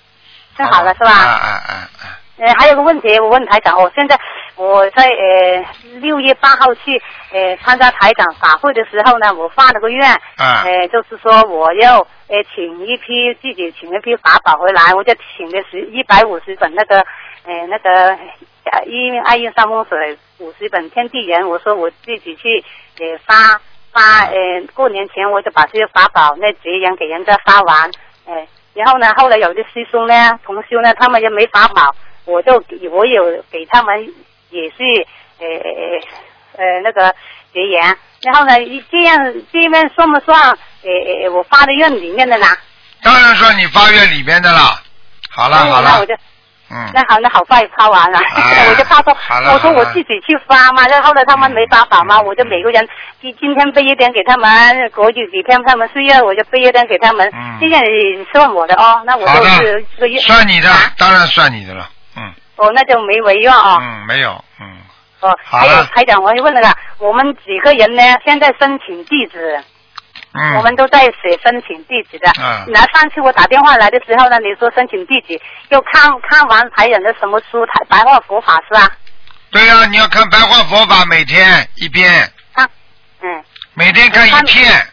[SPEAKER 8] 真好了是吧？
[SPEAKER 1] 啊啊啊啊！
[SPEAKER 8] 呃，还有个问题，我问台长，我现在我在呃六月八号去呃参加台长法会的时候呢，我发了个愿，
[SPEAKER 1] 啊
[SPEAKER 8] 呃，就是说我要呃请一批自己请一批法宝回来，我就请了十一百五十本那个呃那个呃一爱因三风水五十本天地人，我说我自己去呃发发呃过年前我就把这些法宝那别人给人家发完，呃，然后呢后来有的师兄呢同修呢他们也没法宝。我就给我有给他们也是呃呃呃那个学员，然后呢一这样这边算不算呃呃我发的愿里面的呢？
[SPEAKER 1] 当然说你发愿里边的啦。好了好
[SPEAKER 8] 哎呃那我
[SPEAKER 1] 了，
[SPEAKER 8] 就
[SPEAKER 1] 嗯
[SPEAKER 8] 那好那好快发完了，啊
[SPEAKER 1] 哎
[SPEAKER 8] 我就怕说
[SPEAKER 1] 好了
[SPEAKER 8] 我说
[SPEAKER 1] 好了嗯
[SPEAKER 8] 我自己去发嘛，然后呢他们没发法嘛，我就每个人今今天背一点给他们，国几几天他们睡月我就背一点给他们，
[SPEAKER 1] 嗯
[SPEAKER 8] 这样也算我的哦，那我
[SPEAKER 1] 好
[SPEAKER 8] 就
[SPEAKER 1] 的
[SPEAKER 8] 是这个月
[SPEAKER 1] 算你的
[SPEAKER 8] 啊，
[SPEAKER 1] 当然算你的了。嗯
[SPEAKER 8] 哦那就没违约啊。
[SPEAKER 1] 嗯，没有嗯，
[SPEAKER 8] 哦，
[SPEAKER 1] 好
[SPEAKER 8] 还有
[SPEAKER 1] 了
[SPEAKER 8] 台长，我还问了个，我们几个人呢？现在申请地址，
[SPEAKER 1] 嗯，
[SPEAKER 8] 我们都在写申请地址的。
[SPEAKER 1] 嗯
[SPEAKER 8] 那上次我打电话来的时候呢，你说申请地址，又看看完台长的什么书，台白话佛法是吧？
[SPEAKER 1] 对呀、你要看白话佛法，每天一遍，
[SPEAKER 8] 看，嗯
[SPEAKER 1] 每天看一遍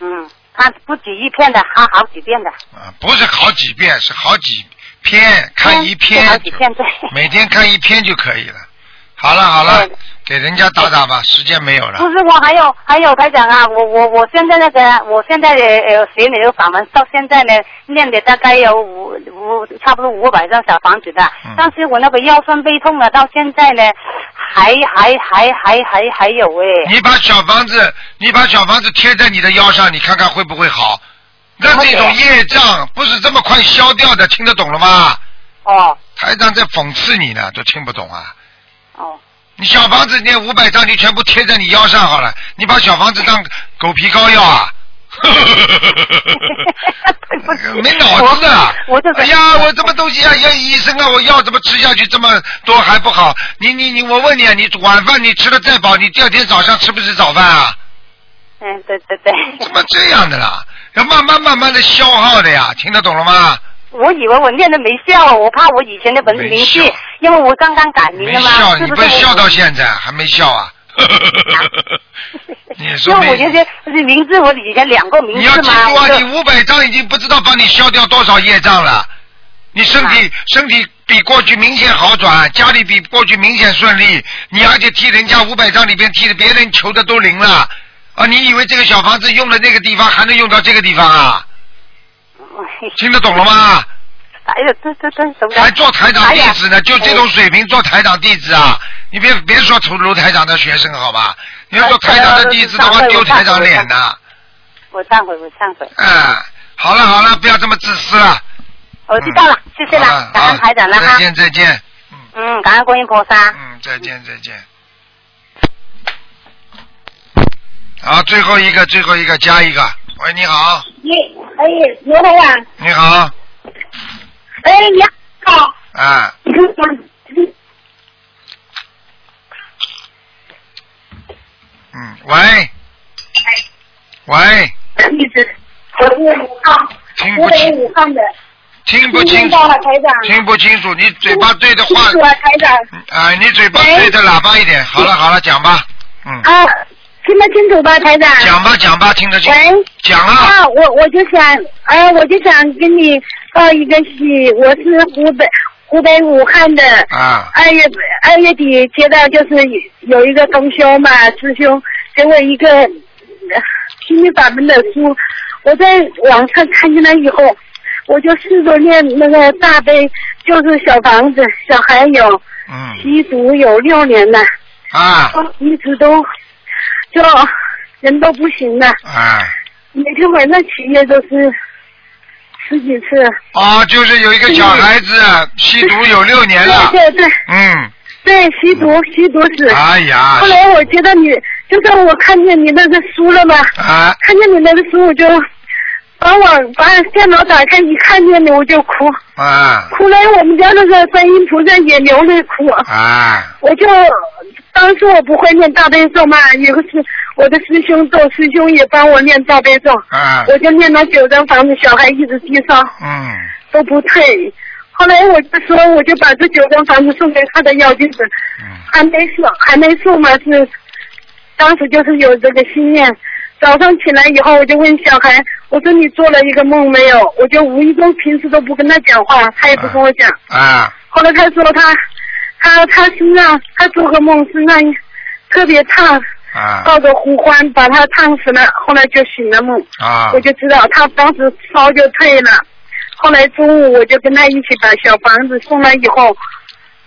[SPEAKER 8] 嗯，看不止一篇的，看好几遍的，
[SPEAKER 1] 啊，不是好几遍，是好几篇，看一
[SPEAKER 8] 嗯
[SPEAKER 1] 篇
[SPEAKER 8] 好
[SPEAKER 1] 就，
[SPEAKER 8] 几遍对。
[SPEAKER 1] 每天看一篇就可以了。好了好了
[SPEAKER 8] 嗯，
[SPEAKER 1] 给人家打打吧，时间没有
[SPEAKER 8] 不
[SPEAKER 1] 了。
[SPEAKER 8] 是我还有还有台长啊，我我我现在那个我现在呃学你这个法门到现在呢念的大概有五五差不多五百张小房子的，
[SPEAKER 1] 嗯
[SPEAKER 8] 但是我那个腰酸背痛啊，到现在呢还还还还还还有哎、
[SPEAKER 1] 你把小房子，你把小房子贴在你的腰上，你看看会不会好？那这种业障
[SPEAKER 8] 啊
[SPEAKER 1] 不是这么快消掉的，听得懂了吗？
[SPEAKER 8] 哦
[SPEAKER 1] 台长在讽刺你呢，都听不懂啊！
[SPEAKER 8] 哦
[SPEAKER 1] 你小房子那五百张，你全部贴在你腰上好了，你把小房子当狗皮膏 药啊！
[SPEAKER 8] 对不起
[SPEAKER 1] 没脑子的，
[SPEAKER 8] 我我就
[SPEAKER 1] 哎呀，我这么东西啊，要医生啊，我药怎么吃下去这么多还不好？你你你，我问你啊，你晚饭你吃的再饱，你第二天早上吃不吃早饭啊？
[SPEAKER 8] 嗯对对对，
[SPEAKER 1] 怎么这样的啦？要慢慢慢慢的消耗的呀，听得懂了吗？
[SPEAKER 8] 我以为我念的没效啊，我怕我以前的本
[SPEAKER 1] 没
[SPEAKER 8] 名
[SPEAKER 1] 效
[SPEAKER 8] 句，因为我刚刚改名
[SPEAKER 1] 没
[SPEAKER 8] 了嘛，
[SPEAKER 1] 笑，
[SPEAKER 8] 是
[SPEAKER 1] 你
[SPEAKER 8] 不
[SPEAKER 1] 不
[SPEAKER 8] 是
[SPEAKER 1] 是
[SPEAKER 8] 我
[SPEAKER 1] 笑到现在还没笑 啊？ 你说
[SPEAKER 8] 因为
[SPEAKER 1] 没
[SPEAKER 8] 我觉得这名字我以前两个名
[SPEAKER 1] 你要
[SPEAKER 8] 字
[SPEAKER 1] 记
[SPEAKER 8] 嘛，
[SPEAKER 1] 住
[SPEAKER 8] 我
[SPEAKER 1] 啊，
[SPEAKER 8] 就
[SPEAKER 1] 你五百张已经不知道帮你消掉多少业障了。你身
[SPEAKER 8] 啊
[SPEAKER 1] 体身体比过去明显好转，家里比过去明显顺利，你而且替人家五百张里边替别人求的都灵了啊！你以为这个小房子用的那个地方还能用到这个地方啊？听得懂了吗？
[SPEAKER 8] 哎呀，这这这什么？
[SPEAKER 1] 还做台长弟子呢，
[SPEAKER 8] 哎呀
[SPEAKER 1] 就这种水平做台长弟子啊！你别别说从卢台长的学生好吧？你要做
[SPEAKER 8] 哎
[SPEAKER 1] 台长的弟子的话，丢台长脸呐、
[SPEAKER 8] 我忏悔，我忏悔，
[SPEAKER 1] 嗯，好了好了，不要这么自私了。
[SPEAKER 8] 我知道了，谢谢
[SPEAKER 1] 嗯好了
[SPEAKER 8] 了，感恩台长了
[SPEAKER 1] 好再
[SPEAKER 8] 哈，
[SPEAKER 1] 见再见，
[SPEAKER 8] 嗯，感恩观音菩萨。
[SPEAKER 1] 嗯，再见再见。好，最后一个最后一个加一个。喂，你好，
[SPEAKER 9] 你哎，刘台长，
[SPEAKER 1] 你好，
[SPEAKER 9] 哎，你好，
[SPEAKER 1] 啊，嗯，喂，喂，
[SPEAKER 9] 一直，我哎是武汉，
[SPEAKER 1] 听
[SPEAKER 9] 湖
[SPEAKER 1] 不
[SPEAKER 9] 北
[SPEAKER 1] 清，
[SPEAKER 9] 武汉的，
[SPEAKER 1] 听不
[SPEAKER 9] 听
[SPEAKER 1] 清
[SPEAKER 9] 听
[SPEAKER 1] 楚
[SPEAKER 9] 到，了台长，
[SPEAKER 1] 听不清楚，你嘴巴对着
[SPEAKER 9] 清
[SPEAKER 1] 话
[SPEAKER 9] 楚，了台长哎
[SPEAKER 1] 啊，你嘴巴对着喇叭一点。好了好了，讲吧，嗯，
[SPEAKER 9] 啊，听得清楚吧，台长？
[SPEAKER 1] 讲吧讲吧，听得清，
[SPEAKER 9] 喂，
[SPEAKER 1] 讲
[SPEAKER 8] 哎
[SPEAKER 1] 啊。
[SPEAKER 9] 啊，我我就想，啊，我就想跟你报一个喜，我是湖北湖北武汉的，
[SPEAKER 1] 啊，
[SPEAKER 9] 二月二月底接到就是有一个同修嘛，师兄给我一个呃心理法门的书，我在网上看见了以后，我就试着念那个大悲，就是小房子，小孩有
[SPEAKER 1] 嗯，
[SPEAKER 9] 吸毒有六年了，
[SPEAKER 1] 啊，
[SPEAKER 9] 一直都就人都不行了，
[SPEAKER 1] 啊，
[SPEAKER 9] 每天晚上起夜都是十几次，
[SPEAKER 1] 哦，就是有一
[SPEAKER 9] 嗯
[SPEAKER 1] 个小孩子吸毒有六年了，
[SPEAKER 9] 对对对
[SPEAKER 1] 嗯，
[SPEAKER 9] 对，吸毒吸毒死。
[SPEAKER 1] 哎呀
[SPEAKER 9] 后，来我觉得你，就是我看见你那个书了嘛，
[SPEAKER 1] 啊，
[SPEAKER 9] 看见你那个书我就把我把电脑打开，一看见你我就哭，
[SPEAKER 1] 啊，
[SPEAKER 9] 哭来我们家那个观音菩萨也流泪哭，
[SPEAKER 1] 啊，
[SPEAKER 9] 我就当时我不会念大悲咒嘛，有个是我的师兄咒，师兄也帮我念大悲咒，
[SPEAKER 1] 啊，
[SPEAKER 9] 我就念了九张房子，小孩一直低烧
[SPEAKER 1] 嗯，
[SPEAKER 9] 都不退。后来我就说，我就把这九张房子送给他的药精子，
[SPEAKER 1] 嗯，
[SPEAKER 9] 还没送，还没送嘛，是当时就是有这个心愿。早上起来以后，我就问小孩，我说你做了一个梦没有？我就无意中平时都不跟他讲话，他也不跟我讲。
[SPEAKER 1] 啊，
[SPEAKER 9] 后来他说他，他他身上他做个梦身上特别烫，
[SPEAKER 1] 啊，
[SPEAKER 9] 抱着胡欢把他烫死了，后来就醒了梦，
[SPEAKER 1] 啊
[SPEAKER 9] 我，就知道他当时烧就退了。后来中午我就跟他一起把小房子送了以后，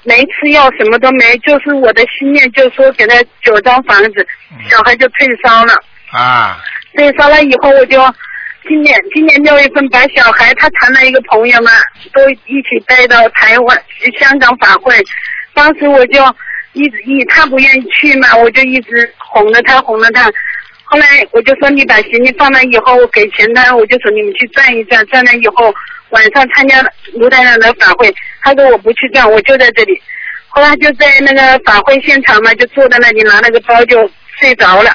[SPEAKER 9] 没吃药，什么都没，就是我的心愿，就说给他九张房子，小孩就退烧了。
[SPEAKER 1] 啊，
[SPEAKER 9] 退烧了以后，我就今年今年六月份把小孩他谈了一个朋友嘛，都一起带到台湾香港法会，当时我就一直一他不愿意去嘛，我就一直哄着他哄着他。后来我就说你把行李放了以后，我给钱单，我就说你们去转一转，转了以后晚上参加卢台长的法会，他说我不去转，我就在这里。后来他就在那个法会现场嘛，就坐在那里拿了个包就睡着了，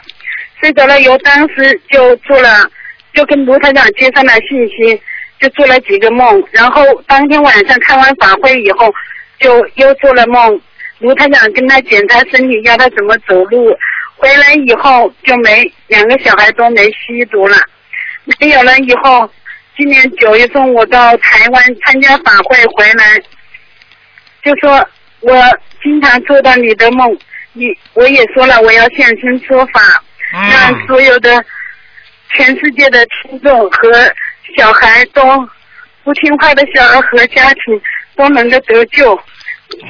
[SPEAKER 9] 睡着了以后，当时就做了，就跟卢台长接上了信息，就做了几个梦，然后当天晚上看完法会以后，就又做了梦，卢台长跟他检查身体，要他怎么走路，回来以后就没两个小孩都没吸毒了，没有了以后，今年九月份我到台湾参加法会回来，就说我经常做到你的梦，你我也说了，我要现身说法，
[SPEAKER 1] 嗯
[SPEAKER 9] 让所有的全世界的听众和小孩都不听话的小孩和家庭都能够得救。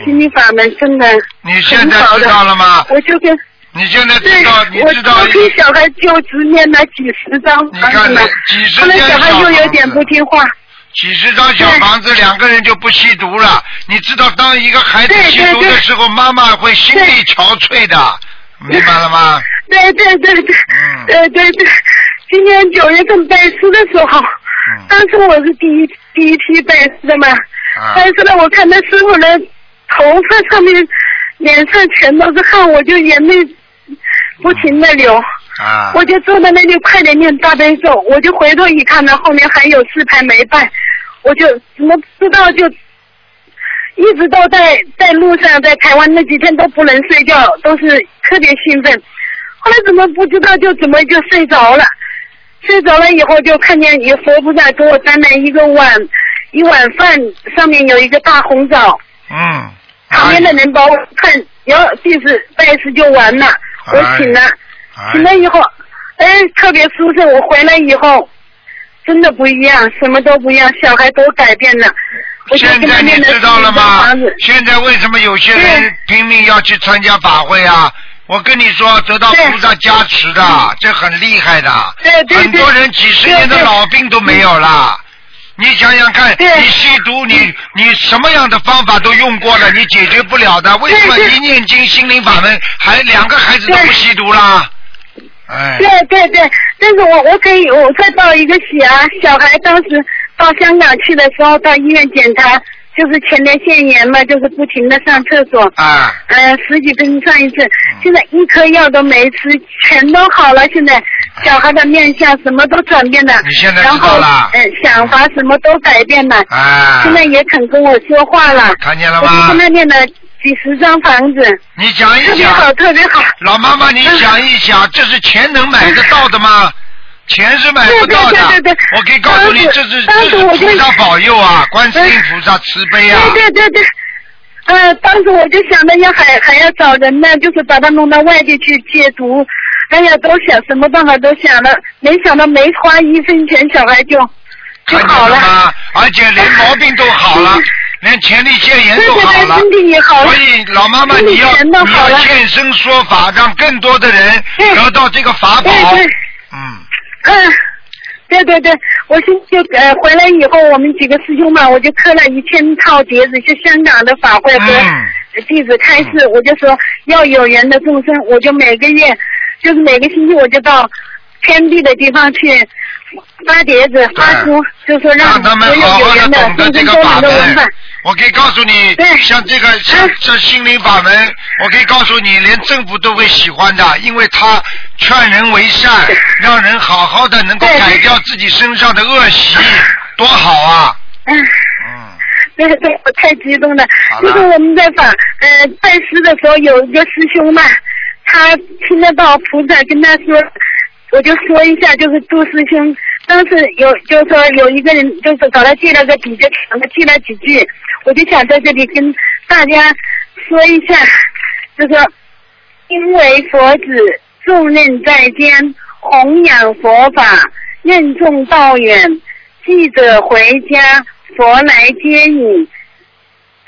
[SPEAKER 9] 心理法门真的
[SPEAKER 1] 你现在知道了吗？
[SPEAKER 9] 我就跟
[SPEAKER 1] 你现在
[SPEAKER 9] 对
[SPEAKER 1] 知道，你
[SPEAKER 9] 我
[SPEAKER 1] 知道
[SPEAKER 9] 我给小孩就只念了几十张房子嘛，后来小孩又有点不听话，
[SPEAKER 1] 几十张小房子，两个人就不吸毒了。你知道，当一个孩子
[SPEAKER 9] 对
[SPEAKER 1] 吸
[SPEAKER 9] 对
[SPEAKER 1] 毒的
[SPEAKER 9] 对
[SPEAKER 1] 时候，妈妈会心力憔悴的，明白了吗？
[SPEAKER 9] 对对对对，对对对，今年九月份拜师的时候，当时我是第一第一批拜师的嘛，拜师了我看他师傅的头发上面、脸上全都是汗，我就眼泪不停的流。
[SPEAKER 1] 啊，
[SPEAKER 9] 我就坐在那里快点念大悲咒，我就回头一看呢，后面还有四排没拜，我就怎么知道就一直都在在路上，在台湾那几天都不能睡觉，都是特别兴奋。后来怎么不知道就怎么就睡着了，睡着了以后就看见有佛菩萨给我端来一个碗，一碗饭上面有一个大红枣，
[SPEAKER 1] 嗯，
[SPEAKER 9] 旁边的人把我看，然后弟子拜师就完了，我醒了。醒了以后，哎，特别舒适。我回来以后，真的不一样，什么都不一样，小孩都改变了。我就
[SPEAKER 1] 现
[SPEAKER 9] 跟他
[SPEAKER 1] 在你
[SPEAKER 9] 念了
[SPEAKER 1] 知道了
[SPEAKER 9] 40张
[SPEAKER 1] 吗
[SPEAKER 9] 房子？
[SPEAKER 1] 现在为什么有些人拼命要去参加法会啊？我跟你说，得到菩萨加持的，这很厉害的。
[SPEAKER 9] 对对
[SPEAKER 1] 很多人几十年
[SPEAKER 9] 对
[SPEAKER 1] 的
[SPEAKER 9] 对
[SPEAKER 1] 老病都没有了。你想想看，你吸毒，你你什么样的方法都用过了，你解决不了的，为什么一念经心灵法门，还两个孩子都不吸毒啦？哎，
[SPEAKER 9] 对对对，但是我我可以，我再报一个喜啊！小孩当时到香港去的时候，到医院检查，就是前列腺炎嘛，就是不停的上厕所。
[SPEAKER 1] 啊。
[SPEAKER 9] 呃，十几分钟上一次，现在一颗药都没吃，全都好了。现在小孩的面相什么都转变了，
[SPEAKER 1] 你现在
[SPEAKER 9] 然
[SPEAKER 1] 知道
[SPEAKER 9] 后
[SPEAKER 1] 了
[SPEAKER 9] 呃想法什么都改变了，
[SPEAKER 1] 啊
[SPEAKER 9] 现在也肯跟我说话了。
[SPEAKER 1] 看见了
[SPEAKER 9] 我就
[SPEAKER 1] 吗
[SPEAKER 9] 跟？他念了几十张房子。
[SPEAKER 1] 你讲一讲
[SPEAKER 9] 特别好，特别好。
[SPEAKER 1] 老妈妈，你想一想，这是钱能买得到的吗？钱是买不到的。
[SPEAKER 9] 对对对对对
[SPEAKER 1] 我可以告诉你，
[SPEAKER 9] 当
[SPEAKER 1] 这
[SPEAKER 9] 时
[SPEAKER 1] 是
[SPEAKER 9] 当
[SPEAKER 1] 这
[SPEAKER 9] 时
[SPEAKER 1] 是
[SPEAKER 9] 我就
[SPEAKER 1] 菩萨保佑啊，观世音菩萨慈悲啊。
[SPEAKER 9] 对对对对。呃，当时我就想着要还还要找人呢，就是把他弄到外地去戒毒。哎呀，都想什么办法都想了，没想到没花一分钱，小孩就就
[SPEAKER 1] 看
[SPEAKER 9] 好
[SPEAKER 1] 见
[SPEAKER 9] 了
[SPEAKER 1] 了。吗？而且连毛病都好了，连前列腺炎都
[SPEAKER 9] 对
[SPEAKER 1] 好
[SPEAKER 9] 对对
[SPEAKER 1] 了，
[SPEAKER 9] 身体也好了
[SPEAKER 1] 所以老妈妈，
[SPEAKER 9] 身体
[SPEAKER 1] 你要
[SPEAKER 9] 全
[SPEAKER 1] 你
[SPEAKER 9] 都好
[SPEAKER 1] 要
[SPEAKER 9] 了
[SPEAKER 1] 现身说法，让更多的人得到这个法宝。
[SPEAKER 9] 对对
[SPEAKER 1] 嗯，
[SPEAKER 9] 嗯，对对对，我现在就呃回来以后，我们几个师兄嘛，我就刻了一千套碟子，就香港的法会和
[SPEAKER 1] 哎嗯
[SPEAKER 9] 呃弟子开示，我就说要有缘的众生，我就每个月，就是每个星期我就到天地的地方去发碟子、发书，就说让
[SPEAKER 1] 哎他们
[SPEAKER 9] 所
[SPEAKER 1] 好
[SPEAKER 9] 有有
[SPEAKER 1] 好的
[SPEAKER 9] 缘的
[SPEAKER 1] 懂得
[SPEAKER 9] 众
[SPEAKER 1] 这
[SPEAKER 9] 生
[SPEAKER 1] 个
[SPEAKER 9] 都
[SPEAKER 1] 法
[SPEAKER 9] 能够闻
[SPEAKER 1] 门
[SPEAKER 9] 法。。
[SPEAKER 1] 我可以告诉你，像这
[SPEAKER 9] 啊
[SPEAKER 1] 个像这心灵法门，我可以告诉你，连政府都会喜欢的，因为他劝人为善，让人好好的能够改掉自己身上的恶习，多好啊！
[SPEAKER 9] 嗯， 对对，我太激动了。
[SPEAKER 1] 好
[SPEAKER 9] 就
[SPEAKER 1] 了
[SPEAKER 9] 是我们在法呃拜师的时候，有一个师兄嘛，他听得到菩萨跟他说，我就说一下，就是杜师兄当时有就是说有一个人就是找他借了个比较长的，借了几句，我就想在这里跟大家说一下，就说因为佛子重任在肩，弘扬佛法，任重道远。记者回家，佛来接引，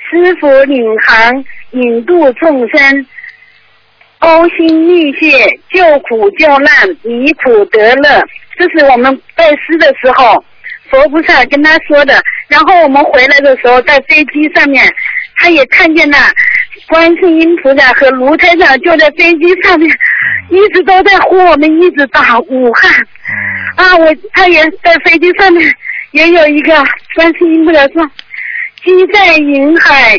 [SPEAKER 9] 师傅领航，引渡众生，呕心沥血，救苦救难，离苦得乐。这是我们拜师的时候，佛菩萨跟他说的。然后我们回来的时候，在飞机上面，他也看见了观世音菩萨和卢台长就在飞机上面，一直都在呼我们，一直打武汉。啊，我他也在飞机上面也有一个观世音菩萨说：“鸡在云海，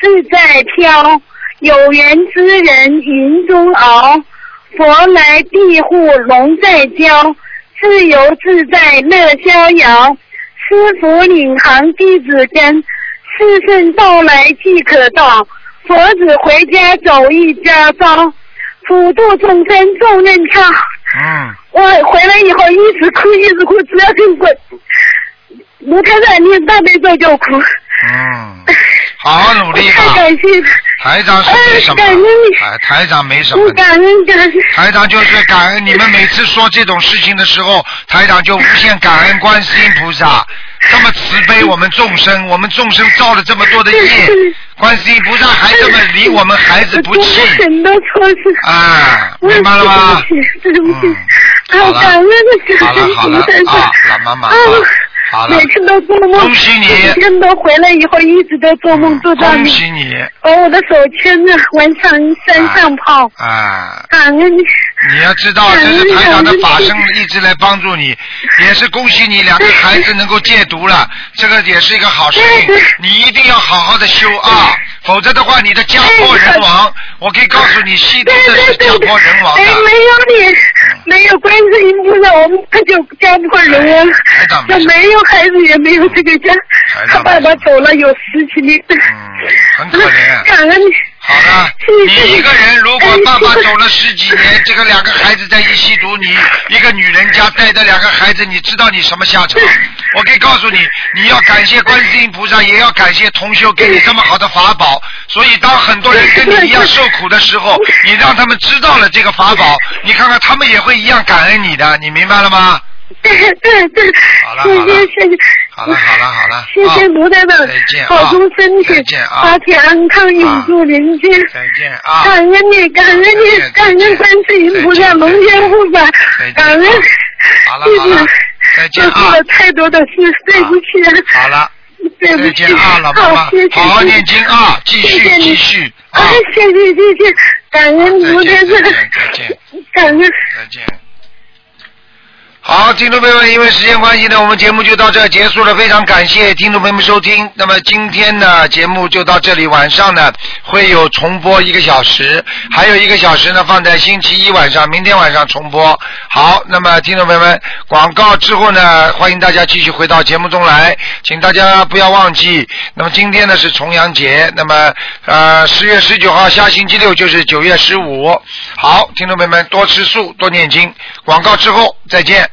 [SPEAKER 9] 志在飘，有缘之人云中翱，佛来庇护龙在交，自由自在乐逍遥。师傅领航弟子跟，世圣到来即可到，佛子回家走一家招，普度众生重任cao。”
[SPEAKER 1] 嗯。
[SPEAKER 9] 我回来以后一直哭，一直哭，只要跟我卢台长念大悲咒就哭。
[SPEAKER 1] 嗯，好好努力吧
[SPEAKER 9] 太。感谢他，
[SPEAKER 1] 台长是没什
[SPEAKER 9] 哎
[SPEAKER 1] 么，
[SPEAKER 9] 感恩你
[SPEAKER 1] 哎，台长没什么
[SPEAKER 9] 我
[SPEAKER 1] 的。
[SPEAKER 9] 感恩感恩。
[SPEAKER 1] 台长就是感恩你们每次说这种事情的时候，台长就无限感恩观世音菩萨，这么慈悲我们众生，我们众生造了这么多的业，观世音菩萨还这么离我们孩子不弃
[SPEAKER 9] 我做了很多错事。
[SPEAKER 1] 啊，
[SPEAKER 9] 我也
[SPEAKER 1] 明白了吗？嗯
[SPEAKER 9] 对不起，对不起，
[SPEAKER 1] 好
[SPEAKER 9] 啊，
[SPEAKER 1] 了
[SPEAKER 9] 感恩的
[SPEAKER 1] 好了好了啊，老妈妈啊，好了
[SPEAKER 9] 每，次都做梦，
[SPEAKER 1] 恭喜你嗯
[SPEAKER 9] 每天都回来以后一直都做梦做到
[SPEAKER 1] 恭
[SPEAKER 9] 你，
[SPEAKER 1] 喜你
[SPEAKER 9] 把我的手牵着晚上山上跑，
[SPEAKER 1] 啊！
[SPEAKER 9] 感恩你，
[SPEAKER 1] 你要知道，这是台长的法身一直来帮助你，也是恭喜你两个孩子能够戒毒了，这个也是一个好事情。你一定要好好的修啊，否则的话你的家破人亡。我可以告诉你，吸毒
[SPEAKER 9] 对
[SPEAKER 1] 的
[SPEAKER 9] 对
[SPEAKER 1] 是
[SPEAKER 9] 对
[SPEAKER 1] 家，破人亡
[SPEAKER 9] 哎，
[SPEAKER 1] 的。
[SPEAKER 9] 没有你，没有观世音菩萨，我们可就家破人亡了
[SPEAKER 1] 台长，没
[SPEAKER 9] 就
[SPEAKER 1] 事
[SPEAKER 9] 没有孩子也没有这个家，他
[SPEAKER 1] 长
[SPEAKER 9] 爸爸走了有十几年，
[SPEAKER 1] 嗯，很可怜。啊
[SPEAKER 9] 感恩你。
[SPEAKER 1] 好了，你一个人如果爸爸走了十几年，这个两个孩子在一吸毒，你一个女人家带着两个孩子，你知道你什么下场？我可以告诉你，你要感谢观世音菩萨，也要感谢同修给你这么好的法宝。所以，当很多人跟你一样受苦的时候，你让他们知道了这个法宝，你看看他们也会一样感恩你的，你明白了吗？
[SPEAKER 9] 对对对，
[SPEAKER 1] 好了好
[SPEAKER 9] 谢
[SPEAKER 1] 了
[SPEAKER 9] 谢谢谢，
[SPEAKER 1] 好了好了好了，
[SPEAKER 9] 谢谢
[SPEAKER 1] 啊
[SPEAKER 9] 卢台长
[SPEAKER 1] 再见，啊
[SPEAKER 9] 保重身体
[SPEAKER 1] 再见，啊
[SPEAKER 9] 法体安康，永驻人间。
[SPEAKER 1] 再见啊！
[SPEAKER 9] 感恩你，感恩
[SPEAKER 1] 再
[SPEAKER 9] 你
[SPEAKER 1] 见，啊
[SPEAKER 9] 感恩观世音菩萨，龙天护法
[SPEAKER 1] 再见，
[SPEAKER 9] 感恩
[SPEAKER 1] 啊好了，好
[SPEAKER 9] 弟
[SPEAKER 1] 了
[SPEAKER 9] 子
[SPEAKER 1] 再
[SPEAKER 9] 做
[SPEAKER 1] 见啊
[SPEAKER 9] 错了太多的事，对不起啊，
[SPEAKER 1] 好了。
[SPEAKER 9] 对不
[SPEAKER 1] 再
[SPEAKER 9] 起
[SPEAKER 1] 见啊，老妈妈，
[SPEAKER 9] 好，谢谢，
[SPEAKER 1] 好好念经啊，继
[SPEAKER 9] 谢谢
[SPEAKER 1] 续
[SPEAKER 9] 你哦
[SPEAKER 1] 继续啊
[SPEAKER 9] 哎，，谢谢谢谢，感恩
[SPEAKER 1] 再
[SPEAKER 9] 卢台长
[SPEAKER 1] 见再见再见，
[SPEAKER 9] 感恩。
[SPEAKER 1] 再见。好，听众朋友们，因为时间关系呢，我们节目就到这儿结束了。非常感谢听众朋友们收听。那么今天呢，节目就到这里，晚上呢会有重播一个小时，还有一个小时呢放在星期一晚上，明天晚上重播。好，那么听众朋友们，广告之后呢，欢迎大家继续回到节目中来，请大家不要忘记。那么今天呢是重阳节，那么呃十月十九号下星期六就是九月十五。好，听众朋友们多吃素，多念经。广告之后再见。